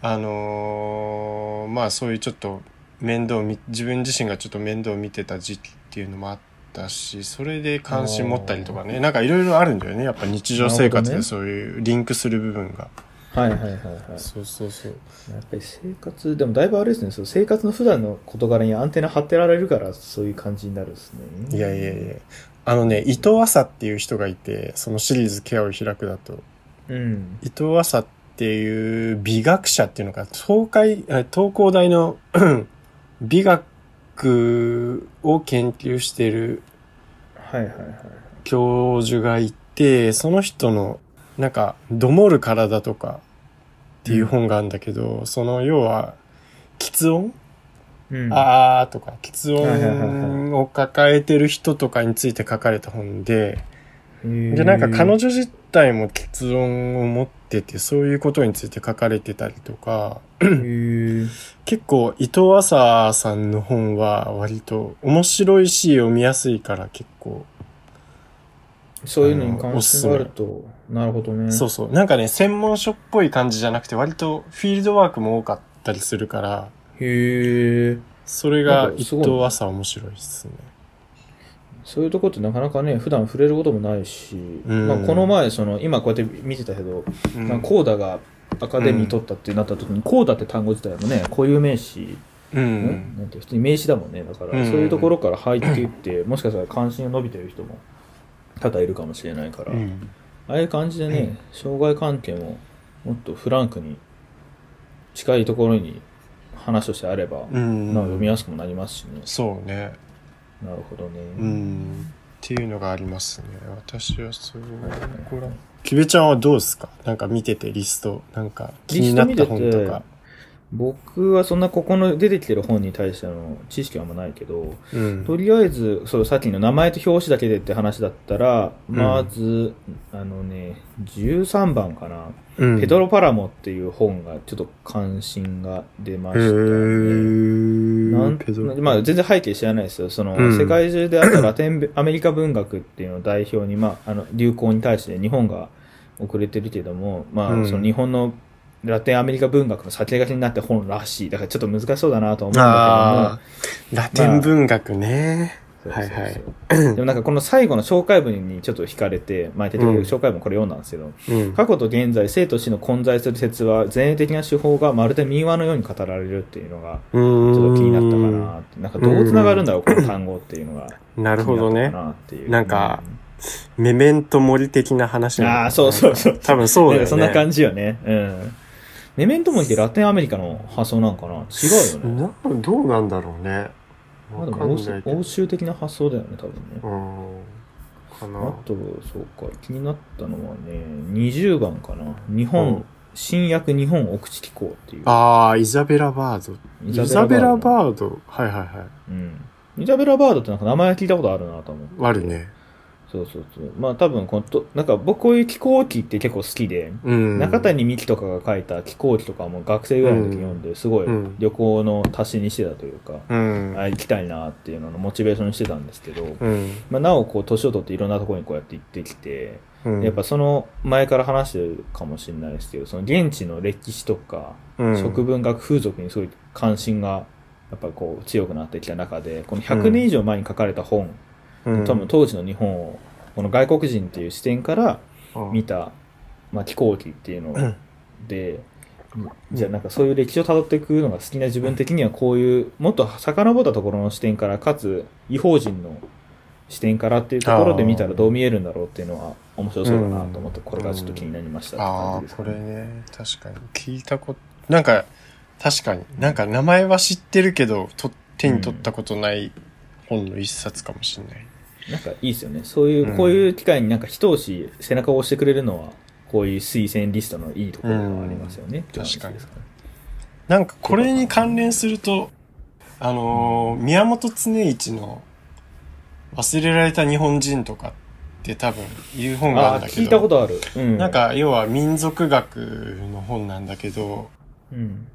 B: あのーまあそういうちょっと面倒を見、自分自身がちょっと面倒を見てた時期っていうのもあったし、それで関心持ったりとかね、なんかいろいろあるんだよね。やっぱ日常生活でそういうリンクする部分が。
A: はいはいはいはい。
B: そうそうそう。
A: やっぱり生活、でもだいぶあれですね、その生活の普段の事柄にアンテナ張ってられるから、そういう感じになるんですね。
B: いやいやいや。あのね、伊藤朝っていう人がいて、そのシリーズケアを開くだと。
A: うん。
B: 伊藤朝っていう美学者っていうのが、東海、え東工大の美学を研究している
A: はいはいはい。
B: 教授がいて、その人の、なんか、どもる体とかっていう本があるんだけど、その要は、喫音
A: うん。
B: あーとか、喫
A: はいはいはい
B: 音を抱えてる人とかについて書かれた本で、
A: で
B: で、なんか彼女自体も結論を持ってて、そういうことについて書かれてたりとか、結構伊藤浅さんの本は割と面白いし読みやすいから結構、
A: そういうのに
B: あのお
A: 関心
B: すす
A: が
B: め
A: あると、なるほどね。
B: そうそう、なんかね、専門書っぽい感じじゃなくて割とフィールドワークも多かったりするから、
A: へえ。
B: それ
A: な
B: が
A: んか
B: 伊
A: すごい
B: 藤浅面白いですね。
A: そういうとこってなかなかね、普段触れることもないし、
B: ん
A: まあこの前、その、今こうやって見てたけど、
B: うん
A: なんかコーダがアカデミー取ったってなった時に、コーダって単語自体もね、固有名詞
B: うん
A: なんていう普通に名詞だもんねだから、
B: うん
A: そういうところから入っていって もしかしたら関心が伸びてる人も多々いるかもしれないから、
B: うん
A: ああいう感じでね、障害関係ももっとフランクに近いところに話としてあれば、
B: う
A: なんんか読みやすくもなりますしね、
B: そうね。
A: なるほどね、
B: うん。っていうのがありますね。私はそういう
A: はいはいはい
B: ご覧。キベちゃんはどうですかなんか見ててリスト。なんか気になった本とか。
A: 僕はそんなここの出てきてる本に対しての知識はあんまないけど
B: うん。
A: とりあえずそうさっきの名前と表紙だけでって話だったら、
B: うん
A: まずあのね13番かな
B: うん
A: ペドロ・パラモっていう本がちょっと関心が出ました、
B: へ
A: ね
B: ー
A: なん
B: ペドロ
A: まあ、全然背景知らないですよ。その、
B: うん
A: 世界中であったラテンアメリカ文学っていうのを代表に、まあ、あの、流行に対して日本が遅れてるけども、まあ、
B: うん
A: その日本のラテンアメリカ文学の先駆けになった本らしい。だからちょっと難しそうだなとは思うんだ
B: あーラテン文学ね。
A: けども。
B: はいはい
A: そうそうそうでもなんかこの最後の紹介文にちょっと惹かれて、まあ、結局
B: うん
A: 紹介文これ読んだんですけど、
B: うん。
A: 過去と現在、生と死の混在する説は、前衛的な手法がまるで民話のように語られるっていうのが、
B: ち
A: ち
B: ょ
A: ょっと気になったかなって、なんかどう繋がるんだろう、この単語っていうのが。
B: なるほどね。
A: なっていう。
B: なんかメメント森的な話
A: うん、
B: なのか
A: あ
B: な
A: あ、そうそうそう。
B: 多分そう
A: なん
B: だよ
A: かそ
B: ね。
A: んな感じよね。うん。メメントモリってラテンアメリカの発想なんかな違うよね。
B: などうなんだろうね。
A: まあ、
B: わ
A: で
B: か
A: も欧
B: んない
A: 州
B: けど
A: 欧州的な発想だよね、多分ね。
B: うん。かな。
A: あと、そうか、気になったのはね、20番かな。日本、
B: うん
A: 新約日本奥地機構っていう。
B: ああ、イザベラ・バード。イザベラ・バード。はいはいは
A: ード。うん。イザベラ・バードってなんか名前聞いたことあるなと思って。
B: い。あるね。
A: そうそうそう。まあ多分このと、なんか僕こういう気候記って結構好きで、
B: うん。
A: 中谷美紀とかが書いた気候記とかも学生ぐらいの時に読んで、すごい
B: うん
A: 旅行の足しにしてたというか、
B: うん。
A: あ行きたいなっていうののモチベーションにしてたんですけど、
B: うん。
A: まあ、なおこう年を取っていろんなところにこうやって行ってきて、
B: うん。
A: やっぱその前から話してるかもしれないですけど、その現地の歴史とか、
B: うん、
A: 食文学風俗にすごい関心がやっぱこう強くなってきた中で、この100年以上前に書かれた本、
B: うん、
A: 多分当時の日本をこの外国人っていう視点から見た、まあ、気候機っていうので、じゃあなんかそういう歴史をたどっていくのが好きな自分的にはこういうもっと遡ったところの視点からかつ違法人の視点からっていうところで見たらどう見えるんだろうっていうのは面白そうだなと思ってこれがちょっと気になりましたって
B: あ
A: 感
B: あ
A: じで、す
B: こ
A: か
B: れ
A: ね。
B: ね。確かに。聞いたこと、なんか、確かに。なんか名前は知ってるけど、と手に取ったことない本の一冊かもしれない。
A: なんかいいですよね。そういうう、
B: ん
A: こういう機会になんか一押し背中を押してくれるのはこういう推薦リストのいいところがありますよね。って話
B: 確かに
A: ですね
B: なんかこれに関連すると、あのー宮本常一の忘れられた日本人とかって多分いう本がある
A: あ
B: ん
A: ー
B: だけど。
A: 聞いたことある。うん。
B: なん、か要は民族学の本なんだけど、
A: うん。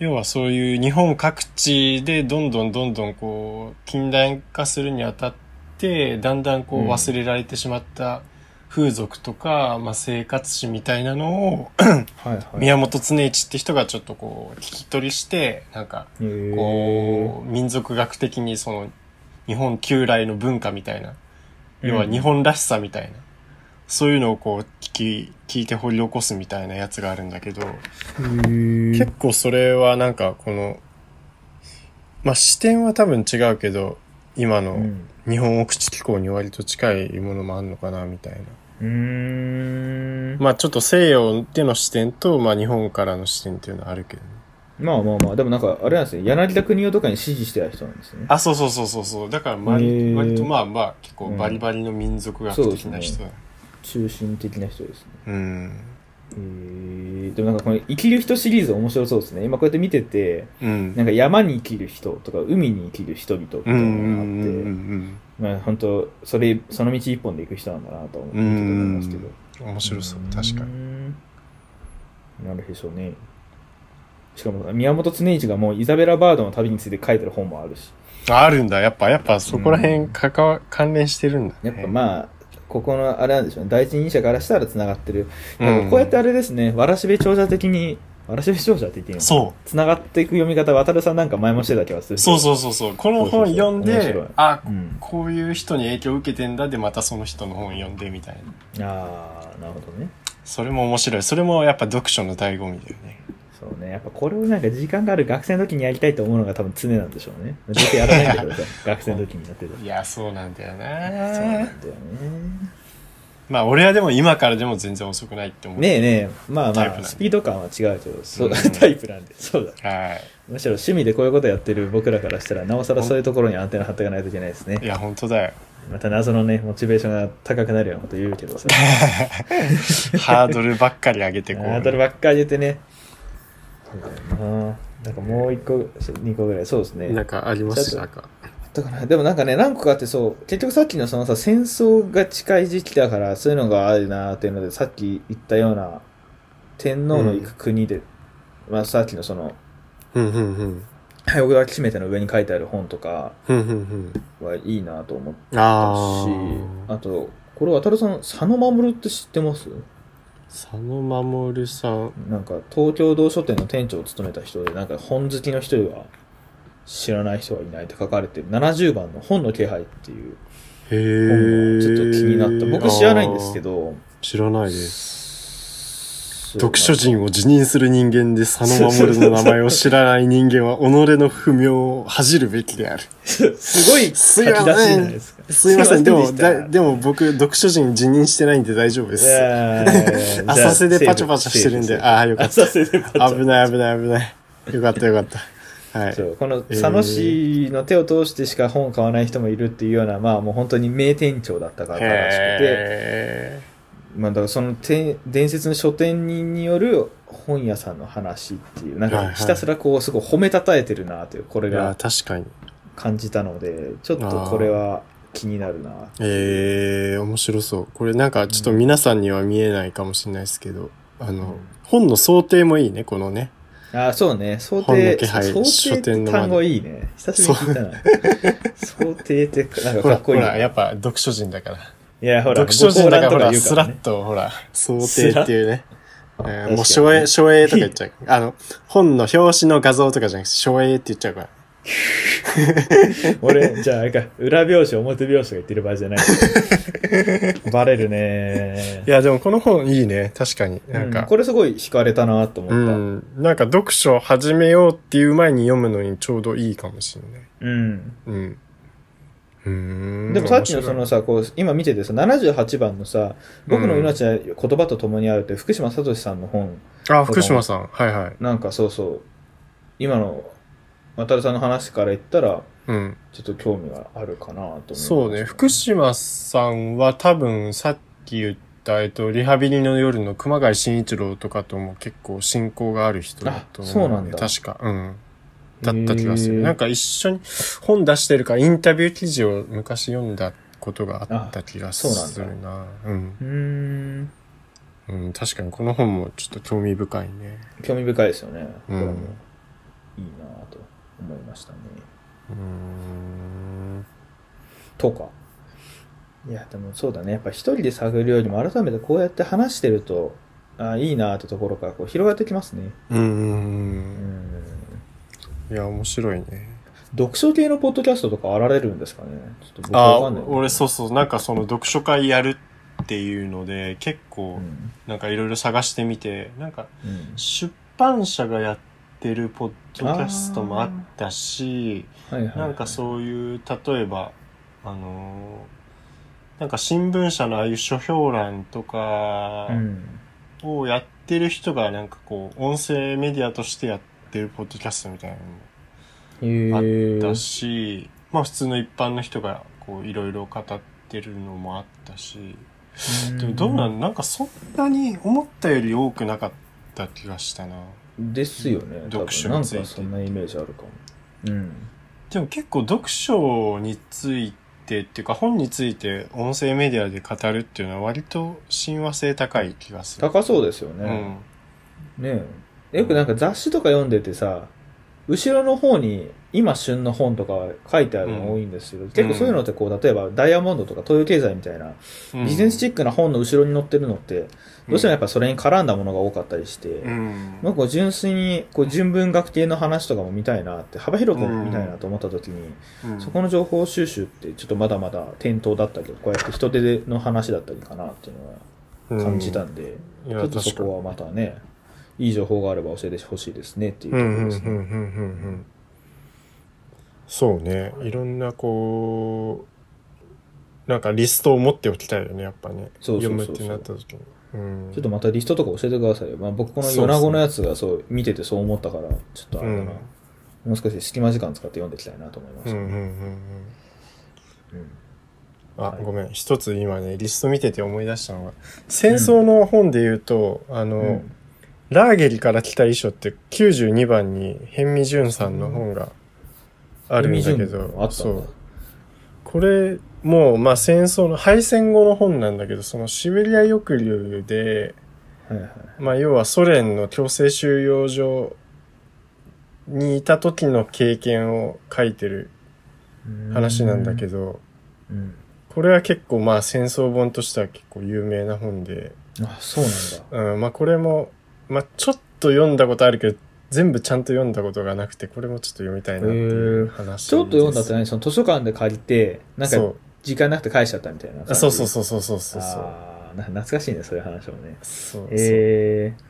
B: 要はそういう日本各地でどんどんどんどんこう近代化するにあたってだんだんこう
A: うん
B: 忘れられてしまった風俗とか、まあ、生活史みたいなのを、
A: はいはい。
B: 宮本常一って人がちょっとこう聞き取りしてなんか
A: へー
B: こう民族学的にその日本旧来の文化みたいな要は日本らしさみたいな、そういうのをこう聞き聞いて掘り起こすみたいなやつがあるんだけど、結構それはなんかこのまあ視点は多分違うけど今
A: う
B: の
A: ん
B: 日本奥地機構に割と近いものもあるのかなみたいな、
A: うーん。
B: まあちょっと西洋での視点と、まあ、日本からの視点っていうのはあるけどね
A: まあまあまあ、でもなんか、あれなんですね。柳田国男とかに支持してた人なんですね。
B: あそうそうそうそうそうだから割,、
A: へー
B: 割とまあまあ結構バリバリの民族学的な人だ、
A: 中心的な人ですね。
B: うん
A: えー、でもなんかこの生きる人シリーズ面白そうですね。今こうやって見てて、
B: うん
A: なんか山に生きる人とか海に生きる人々みたいな
B: うん
A: のがあ
B: うん
A: って、
B: うん
A: まあ本当それ、その道一本で行く人なんだなと思って
B: う
A: 見てて思い
B: ん
A: ますけど。
B: うん面白そう確かに
A: に。なるでしょうね。しかも宮本常一がもうイザベラ・バードの旅について書いてる本もあるし。
B: あるんだやっぱやっぱそこら辺かかわ関連してるんだ、ね、
A: やっぱまあ、ここのあれなんでしょうね。第一人者からしたら繋がってる。
B: うん
A: なんかこうやってあれですね、わらしべ長者的に、わらしべ長者って言っていいのかな
B: そう
A: つながっていく読み方、渡るさんなんか前もしてた気がする。
B: そうそうそうそうこの本読ん
A: そうそう
B: で
A: そう面白い
B: あ
A: うん
B: こういう人に影響を受けてんだでまたその人の本読んでみたいな
A: ああ、なるほどね。
B: それも面白いそれもやっぱ読書の醍醐味だよね
A: そうね。やっぱこれをなんか時間がある学生の時にやりたいと思うのが多分常なんでしょうね。絶対やらないんだ けどさ、学生の時にやってた。
B: いやそうなんだよ
A: そうな
B: なん
A: だよね。
B: まあ俺はでも今からでも全然遅くないって思う
A: ねえねえ、まあ
B: タイ
A: ま
B: プな
A: あ、
B: んで
A: スピード感は違うけど、そう
B: うん
A: タイプなんで、そうだ。
B: は
A: むしろ趣味でこういうことやってる僕らからしたら、なおさらそういうところにアンテナ張っていかないといけないですね
B: いい。や本当だよ
A: また謎のね、モチベーションが高くなるようなこと言うけ どさ、
B: ハードルばっかり上げてこう
A: ハードルばっかり言ってね。そうだよな。なんかもう一個、二個ぐらい、そうですね。
B: なんかありますなんか
A: だからでもなんかね何個かあってそう結局さっきのそのさ戦争が近い時期だからそういうのがあるなっていうのでさっき言ったような天皇の行く国で、まあ、さっきのその
B: うんうんうん
A: 「奥田きしめて」の上に書いてある本とか
B: うんうん
A: はいいなと思ったし
B: うんあ
A: あ
B: あ
A: とこれ渡るさん佐野守って知ってます
B: 佐野守さん
A: なんか東京道書店の店長を務めた人でなんか本好きの人は知らない人はいないって書かれてる70番の「本の気配」っていう本
B: へえ
A: がちょっと気になった僕知らないんですけど
B: 知らないです
A: そう
B: 読書人を辞任する人間で佐野守の名前を知らない人間は己の不明を恥じるべきである。
A: すごい
B: す
A: 書
B: い
A: き
B: ま
A: 出し
B: せん
A: じゃないですか。
B: すいません、でも、
A: した
B: だでも僕、読書人辞任してないんで大丈夫で
A: い
B: す。
A: やいやいやいや
B: 浅瀬でパチャパチャしてるん
A: セーフセー
B: で、ああ、
A: フ
B: よか っ
A: 浅瀬でパチャ
B: た。危ない危ない危ない。よかったよかった。はい
A: そ。うこの佐野市の手を通してしか本を買わない人もいるっていうような、まあもう本当に名店長だった方らしくて、
B: へ
A: まあだからそのて伝説の書店人による本屋さんの話っていう、なん
B: はいは
A: か
B: い
A: ひたすらこうすごい褒めたたえてるなという、こ
B: え。
A: れ
B: いや、
A: が
B: 確かに。
A: 感じたので、ちょっとこれは気になるな。
B: ええ、面白そう。これなんかちょっと皆さんには見えないかもしれないですけど、あの、本の想定もいいね、このね。
A: あーそうね。想
B: 本の
A: 定、
B: 気配
A: 想定
B: 書
A: っ
B: 店
A: て
B: の窓
A: 単語いいね。久しぶりに聞いたな。想定って、なん
B: ほ、
A: からかっこ
B: ほ
A: いいね。
B: ら、やっぱ読書人だから。
A: いや、ほら、
B: 読書人だからほ
A: ご高覧
B: ら、
A: 言う
B: ス
A: から
B: ラ
A: ね
B: ッとほら、想定っていうね。えーもう、
A: 確か
B: 省
A: に
B: エ、省エとか言っちゃう。あの、本の表紙の画像とかじゃなくて、省エって言っちゃうから。
A: 俺、じゃあ、あれか、裏表紙、表表紙が言ってる場合じゃない。バレるね
B: い。や、でもこの本いいね。確かに。なん
A: うん
B: か、
A: これすごい惹かれたなと思っ
B: う
A: た。
B: ん。なんか読書を始めようっていう前に読むのにちょうどいいかもしれない。
A: うん
B: うん。うーん。
A: でもさっきのその
B: 面
A: さ、こう、今見ててさ、78番のさ、僕の
B: うん
A: 命は言葉と共にあるって、福島聡さんの本、
B: 白い、あ、福島さん。はいはい。
A: なんかそうそう、今の、渡さんの話から言ったら、
B: うん。
A: ちょっと興味があるかなと思います
B: そうね。福島さんは多分さっき言っった、えっと、リハビリの夜の熊谷慎一郎とかとも結構親交がある人だと思
A: あそうなんだ
B: 確か、うん。だった気がす
A: へ
B: る。
A: ー
B: なんか一緒に本出してるからインタビュー記事を昔読んだことがあった気がす
A: そうな
B: るな。うん
A: うーん。
B: うん。確かにこの本もちょっと興味深いね。
A: 興味深いですよね。こ
B: うん
A: れもいいなぁと思いましたね。
B: うーん。
A: とか。いや、でもそうだね。やっぱ一人で探るよりも改めてこうやって話してると、あいいなぁってところからこう広がってきますね。
B: うー。
A: うんん。
B: いや、面白いね。
A: 読書系のポッドキャストとかあられるんですかね。ちょっと僕
B: あ
A: わか
B: あ
A: んない。、
B: 俺そうそう、なんかその読書会やるっていうので、結構
A: うん。
B: なんかいろいろ探してみて、なんか
A: うん。
B: 出版社がやってるポッドキャストもあったし、
A: はいはい。
B: なんかそういう、例えば、あのーなんか新聞社のああいう書評欄とか
A: うん。
B: をやってる人がなんかこう、音声メディアとしてやってるポッドキャストみたいなのも
A: へぇ
B: だし、まあ普通の一般の人がこういろいろ語ってるのもあったし、でもどうなん、なんかそんなに思ったより多くなかった気がしたな。
A: ですよね。多
B: 読
A: 分
B: 書に
A: なん
B: ついて
A: かそんなイメージあるかも。うん。
B: でも結構読書についてっていうか本について音声メディアで語るっていうのは割と親和性高い気がする。
A: 高そうですよ
B: う
A: ね。
B: ん。
A: ねえよくなんか雑誌とか読んでてさ、後ろの方に今旬の本とか書いてあるの多いんですけど、結構そういうのってこう、例えばダイヤモンドとか東洋経済みたいな、ビジネスチ
B: ッ
A: ックな本の後ろに載ってるのって、どうしてもやっぱそれに絡んだものが多かったりして、
B: うん。
A: なんか純粋にこう純文学系の話とかも見たいなって、幅広く見たいなと思った時に、
B: うん
A: そこの情報収集ってちょっとまだまだ店頭だったり、こうやって人手での話だったりかなっていうのは感じたんで、
B: うんい
A: ち
B: や
A: ょっとそこはまたね、いい情報があれば教えてほしいですねっていう
B: う
A: と
B: ん
A: こ
B: うん
A: ろ
B: うん
A: です
B: う
A: ね。
B: んうんうんそうねいろんなこうなんかリストを持っておきたいよねやっぱね
A: そうそうそうそう
B: 読むってなった時に、うん、
A: ちょっとまたリストとか教えてくださいよ。まあ、僕この
B: そうそう
A: 米子のやつがそう見ててそう思ったから、ちょっとあれだな、
B: う
A: もう少し隙間時間使って読んでいきたいなと思いまし
B: んう
A: た。
B: んうんうん
A: うん
B: あ、
A: はい
B: ごめん一つ今ねリスト見てて思い出したのが戦争の本で言うと、あの、
A: うん
B: ラーゲリから来た遺書って92番に辺見潤さんの本があるんだけ
A: 意味順
B: ど、
A: もあった
B: そ
A: んだ
B: う。これもうまあ戦争の敗戦後の本なんだけどそのシベリア抑留で、
A: はいはい。
B: まあ、要はソ連の強制収容所にいた時の経験を書いてる話なんだけ
A: ど。
B: ど
A: うん。
B: これは結構まあ戦争本としては結構有名な本で、
A: あ、そうなんだ。
B: うんまあ、これも、まあ、ちょっと読んだことあるけど全部ちゃんと読んだことがなくてこれもちょっと読みたいなっていう話
A: ちょっと読んだ
B: です
A: とね、その図書館で借りて、なんか
B: そう
A: 時間なくて返しちゃったみたいな感じ。
B: あそうそうそうそうそうそうそう
A: あーな懐かしいね、そういう話もね。
B: そうそう
A: えー、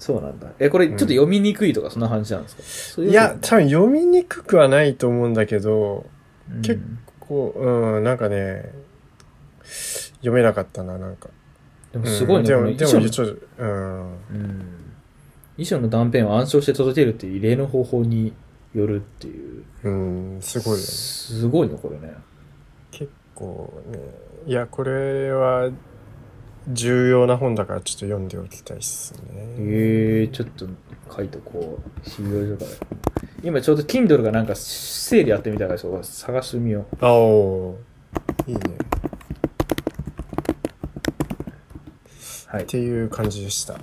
A: そうなんだ。え、これちょっと読みにくいとか、そんな話なんですかそうう
B: いや、多分読みにくくはないと思うんだけど、
A: うん
B: 結こう、うん、なんかね、読めなかったな、なんか。
A: でもすごいね、
B: う
A: この
B: んで
A: 遺書
B: も、で
A: の
B: も、ちょっと、うん。
A: うん遺書の断片を暗唱して届けるっていう異例の方法によるっていう。
B: うん、すごいよね。
A: すごいね、これね。
B: 結構ね、いや、これは、重要な本だからちょっと読んでおきたいっすね。
A: えー、ちょっと書いとこう。資料所から。今ちょうど Kindle がなんか整理やってみたから、そう探してみよう。
B: あおーいいね。
A: はい
B: っ。ていう感じでした。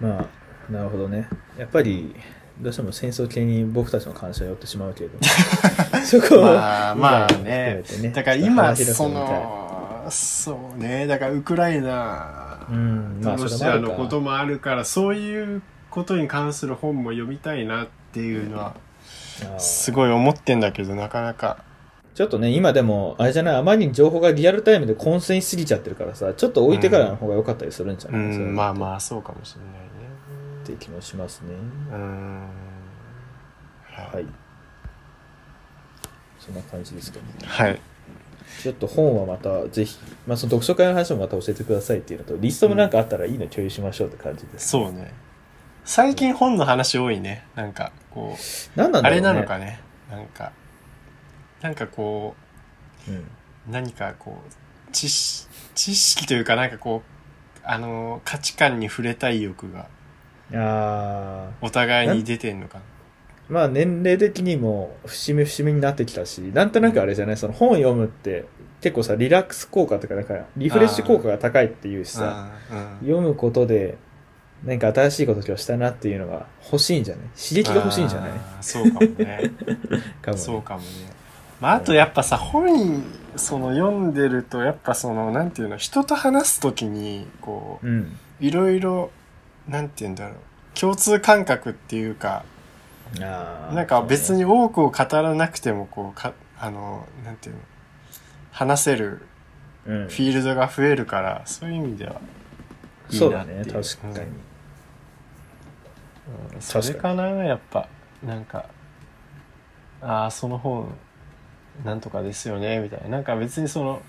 A: まあ、なるほどね。やっぱり、どうしても戦争系に僕たちの関心は寄ってしまうけれど も、そこを、
B: まあまあね
A: 含めてね
B: だから今、
A: ちょっと
B: そ
A: 幅広く見たい
B: の、そうね、だからウクライナ
A: うん、まあ、そ
B: ロ
A: れ
B: シ
A: もあ
B: ア
A: る
B: のこ
A: か
B: と。もあるから、そういうことに関する本も読みたいなっていうのは、
A: ああ
B: すごい思ってんだけど、なかなか。
A: ちょっとね、今でも、あれじゃない、あまりに情報がリアルタイムで混戦しすぎちゃってるからさ、ちょっと置いてからの方が良かったりするんじゃ
B: う
A: ないそれ
B: ん、
A: っ
B: まあまあ、そうかもしれないね。
A: て気もしますね。
B: うん。
A: はい。そんな感じですけど、ね、
B: はい。
A: ちょっと本はまた、ぜひ、まあ、その読書会の話もまた教えてくださいっていうのと、リストもなんかあったらいいの共有しましょうって感じです。
B: そうね。最近本の話多いね。なんか、こう、
A: 何なんだ
B: あ
A: ろう
B: れ
A: ね。
B: なのかね。なんか、なんかこう、
A: うん。
B: 何かこ知識、知識というかなんかこう、あの、価値観に触れたい欲が
A: あ
B: お互いに出てんのかな。
A: ーまあ年齢的にも節目節目になってきたし、なんとなくあれじゃない、その本読むって結構さ、リラックス効果とか、なんかリフレッシュ効果が高いっていうしさ、
B: あー、
A: 読むことで、なんか新しいこと今日したなっていうのが欲しいんじゃない刺激が欲しいんじゃない
B: あーそうかも ね。
A: かもね
B: そうかもね。まあ、あとやっぱさ、本、その読んでると、やっぱその、なんていうの、人と話すときに、こ
A: うん。
B: う、いろいろ、なんていうんだろう、共通感覚っていうか、
A: あー
B: なんか別に多くを語らなくても、こう、か、あの、なんていうの、話せる
A: そうね
B: フィールドが増えるから、そういう意味では、
A: うん、
B: い
A: そ
B: いうな
A: だ
B: ってい
A: ね、
B: う
A: 確かに。
B: うんそれかな、やっぱ、なんか、ああ、その本、なんとかですよね、みたいな。なんか別にその、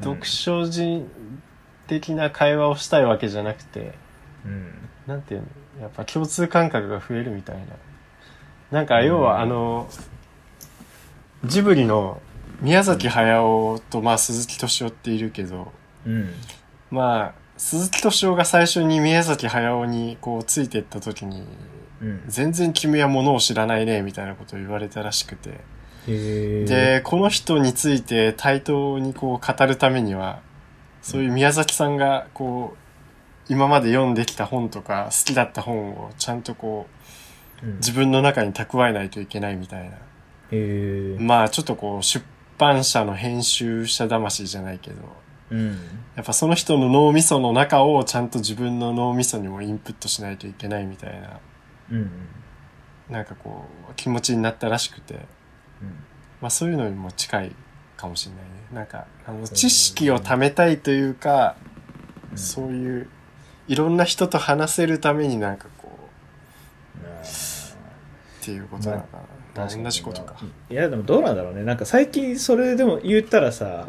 B: 読書人的な会話をしたいわけじゃなくて、
A: うん。
B: なんていうの、やっぱ共通感覚が増えるみたいな。なんか
A: うん
B: 要はあの、ジブリの宮崎駿とまあ鈴木敏夫っているけど、
A: うん。
B: まあ、鈴木敏夫が最初に宮崎駿にこうついてった時に、
A: うん。
B: 全然君は物を知らないね、みたいなことを言われたらしくて。
A: へー、
B: で、この人について対等にこう語るためには、そういう宮崎さんがこう、今まで読んできた本とか好きだった本をちゃんとこ
A: うん
B: う、自分の中に蓄えないといけないみたいな。
A: へー
B: まあちょっとこう、出版社の編集者魂じゃないけど、
A: うん。
B: やっぱその人の脳みその中をちゃんと自分の脳みそにもインプットしないといけないみたいな、
A: うん。
B: なんかこう、気持ちになったらしくて。
A: うん。
B: まあそういうのにも近いかもしれないね。なんか、あの、
A: ん
B: 知識を貯めたいというか、
A: うん
B: そういう、いろんな人と話せるためになんかこう、
A: あー
B: っていうことなのかな。
A: 確かに
B: 同じことか。
A: いや、でもどうなんだろうね。なんか最近それでも言ったらさ、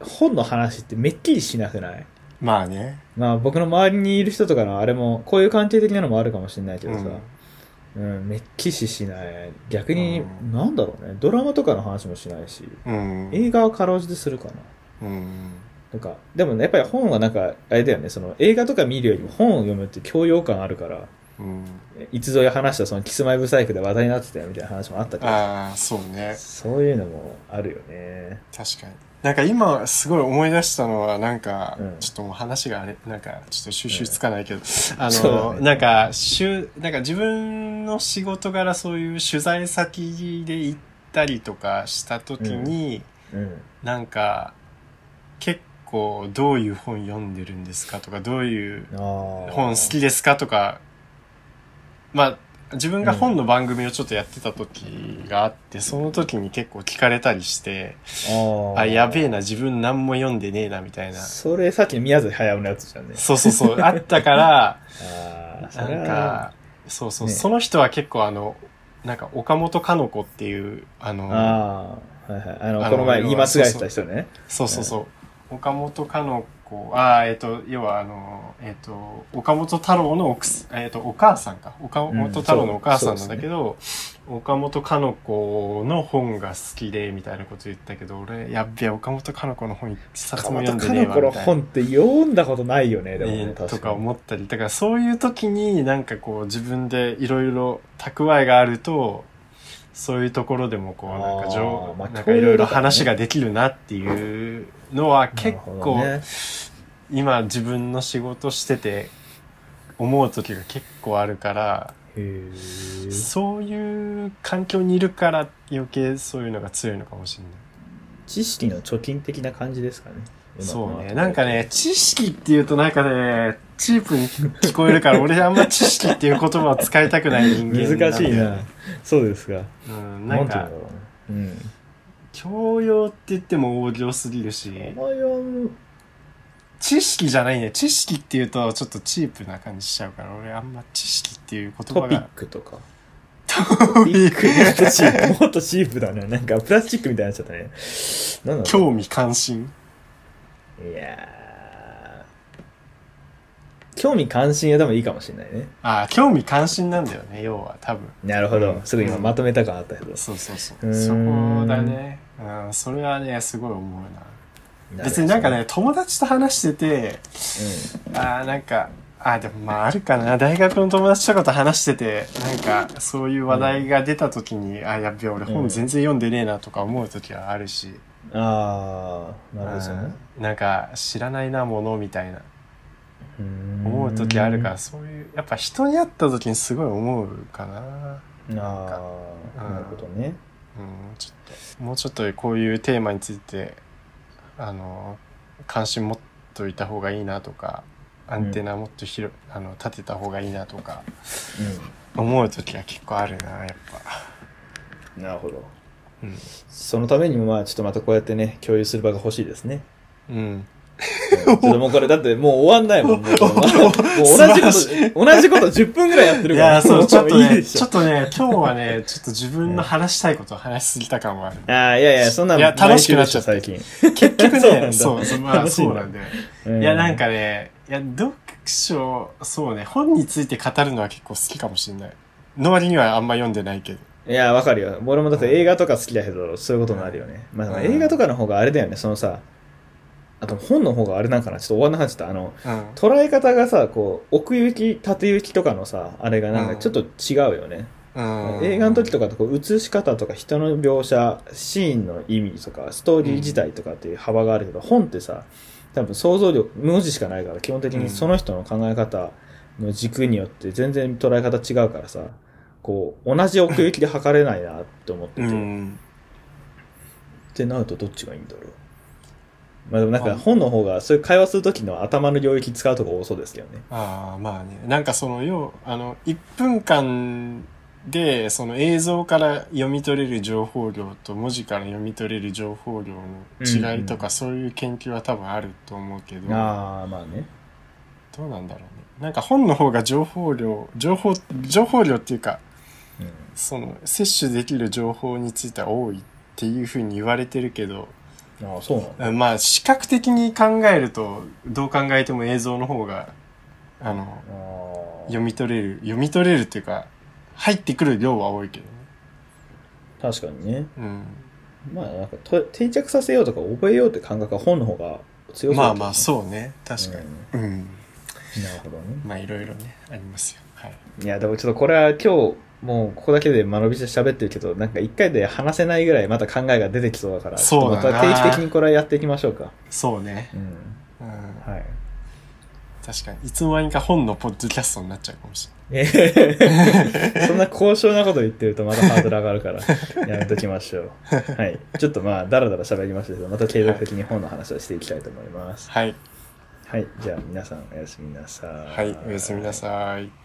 A: 本の話ってめっきりしなくない
B: まあね。
A: まあ僕の周りにいる人とかのあれも、こういう関係的なのもあるかもしれないけ
B: う
A: どさ、
B: ん。
A: うん、めっきりしない。逆に、
B: うん
A: なんだろうね。ドラマとかの話もしないし、
B: うん。
A: 映画はかろうじてするかな。
B: うん。
A: なんか、でもね、やっぱり本はなんか、あれだよね、その映画とか見るよりも本を読むって教養感あるから、
B: うん。
A: いつぞや話したそのキスマイブサイクで話題になってたよみたいな話もあったけど、
B: ああ、そうね。
A: そういうのもあるよね。
B: 確かに。なんか今すごい思い出したのはなんか、
A: うん
B: ちょっともう話があれ、なんかちょっと収集つかないけど、あ
A: そう
B: の、
A: だね
B: なんか、しゅ、なんか自分の仕事柄そういう取材先で行ったりとかした時に、
A: うん。
B: なんか、結構どういう本読んでるんですかとか、どういう
A: ああ。
B: 本好きですかとか、まあ、自分が本の番組をちょっとやってた時があって、その時に結構聞かれたりして、
A: あ
B: あ、やべえ
A: な。
B: な、自分何も読んでねえな、みたいな。
A: それさっきの宮崎駿のやつじゃんね。
B: そうそうそう、あったから、
A: ああ、 それ
B: なん
A: は、
B: か、そうそう、
A: ね
B: その人は結構あの、なんか、岡本かの子っていう、あの、
A: ああ、はいはい。あの、
B: あの
A: この前言い間違えて
B: そ
A: た
B: う
A: 人ね。
B: そうそうそう、岡本かの子、ああ、えっ、と、要はあの、えっ、と、岡本太郎の奥す、えっ、と、お母さんか。岡本太郎のお母さんなんだけど、岡本かの子の本が好きで、みたいなこと言ったけど、俺、やっべえ、岡本かの子の本一冊
A: か
B: も
A: ま
B: 読
A: と
B: ん
A: か
B: でねえ
A: の
B: わ、
A: 頃
B: みたいな。
A: 本って読んだことないよね、でも
B: え
A: ね、
B: ーと
A: 確
B: か
A: かに。
B: 思ったりだからそういう時になんかこう自分でいろいろ蓄えがあるとそういうところでもこうなんか
A: あ
B: 情
A: ーまあ
B: なんかいろいろ話ができるなっていうのは結
A: なるほ
B: 構
A: どね
B: 今自分の仕事してて思う時が結構あるから
A: へー
B: そういう環境にいるから余計そういうのが強いのかもしれない。
A: 知識の貯金的な感じですかね。
B: そうね。なんかね、知識っていうとなんかね、チープに聞こえるから、俺あんま知識っていう言葉を使いたくない人間なんだよ
A: 難しいな。。そうですか。
B: うん、な
A: て言う
B: ん
A: ん
B: か
A: だ、ろうね。うん。
B: 教養って言っても大行すぎるし、
A: このよ
B: 知識じゃないね。知識っていうとちょっとチープな感じしちゃうから、俺あんま知識っていう言
A: ト
B: 葉
A: ピッ
B: が。
A: クとか。
B: トピ
A: もっとチープ、もっとチープだね。なんかプラスチックみたいになっちゃったね。なんだろ
B: 興味関心。
A: う。いやー興味関心は多分いいかもしれないね。
B: ああ、興味関心なんだよね、要は、多分。
A: なるほど
B: う。ん
A: すぐ今まとめた感あったけど。
B: そうそうそう
A: ー
B: う。
A: ん
B: そこだね。うん、それはね、すごい思うな。別になんかね、友達と話してて、ああ、なんか、あーでもまああるかな。大学の友達とかと話してて、なんか、そういう話題が出た時に、あーやっべえ、俺本全然読んでねえなとか思う時はあるし、
A: うん。ああ、なるほどね。
B: うんなんか、知らないな、もの、みたいな、
A: うん
B: 思う時あるから、そういう、やっぱ人に会った時にすごい思うかな。
A: ああ、
B: うん
A: なるほどね。
B: うん、ちょっと、もうちょっとこういうテーマについて、あの、関心持っといた方がいいなとか、アンテナもっと広、あの、立てた方がいいなとか、思う時は結構あるな、やっぱ。
A: うん。なるほど。
B: うん。
A: そのためにも、まあ、ちょっとまたこうやってね、共有する場が欲しい ですね。
B: うん。
A: ちょっともうこれ、だってもう終わんない もん。もうもう
B: 素
A: 同
B: 晴
A: じこ
B: らしい
A: と、同じこと10分ぐらいやって
B: い
A: るから。
B: やー、そう、ちょっと
A: もいい
B: ね、
A: でし
B: ちょっとね、今日はね、ちょっと自分の話したいことを話しすぎた感もある。
A: ああ、いやいや、そんなの
B: いや楽しくなっちゃった
A: 毎週でしょ
B: 結局
A: そうなんだ
B: ね、そう、そう、まあ、
A: 楽しいん
B: そ
A: だ
B: うなんだよ。
A: 最近。
B: いや、なん
A: か。
B: かね、いや、読書、そうね、本について語るのは結構好きかもしれない。の割にはあんま読んでないけど。
A: いや、わかるよ。俺もだって映画とか好きだけど、そういうことになるよね。まあ、でも映画とかの方があれだよね、そのさ、あと本の方があれなんかな、ちょっと終わんなかった。あの、
B: うん。
A: 捉え方がさ、こう、奥行き、縦行きとかのさ、あれがなんかちょっと違うよね。
B: うん、
A: 映画の時とかとこう映し方とか人の描写シーンの意味とかストーリー自体とかっていう幅があるけど、本ってさ多分想像力文字しかないから基本的にその人の考え方の軸によって全然捉え方違うからさこう同じ奥行きで測れないなって思ってて、
B: う
A: っ
B: ん、
A: てなるとどっちがいいんだろうまあでもなんか本の方がそういう会話する時の頭の領域使うとこ多そうですけどね
B: ああまあねなんかその要あの1分間でその映像から読み取れる情報量と文字から読み取れる情報量の違いとか、
A: うんうん
B: そういう研究は多分あると思うけど
A: ああまあね
B: どうなんだろうねなんか本の方が情報量情報情報量っていうか
A: うん
B: その摂取できる情報については多いっていうふうに言われてるけど
A: ああそうなんだ
B: まあ視覚的に考えるとどう考えても映像の方があの
A: あー
B: 読み取れる読み取れるっていうか入ってくる量は多いけどね
A: 確かにね
B: うん
A: まあなんかと定着させようとか覚えようって感覚は本の方が強そうだけどね
B: まあまあそうね確かに
A: う
B: うん、
A: んなるほどね
B: まあいろいろねありますよはい
A: いやでもちょっとこれは今日もうここだけで間延びして喋ってるけどなんか一回で話せないぐらいまた考えが出てきそうだから
B: そうだな
A: ちょっとまた定期的にこれはやっていきましょうか
B: そうね
A: うん
B: うん
A: はい
B: 確かにいつの間にか本のポッドキャストになっちゃうかもし
A: えへ そんな高尚なこと言ってるとまたハードル上がる からやめときましょうはいちょっとまあダラダラ喋りましたけどまた継続的に本の話をしていきたいと思います
B: れない
A: はいじゃあ皆さんおやすみなさい
B: はいはいおやすみなさい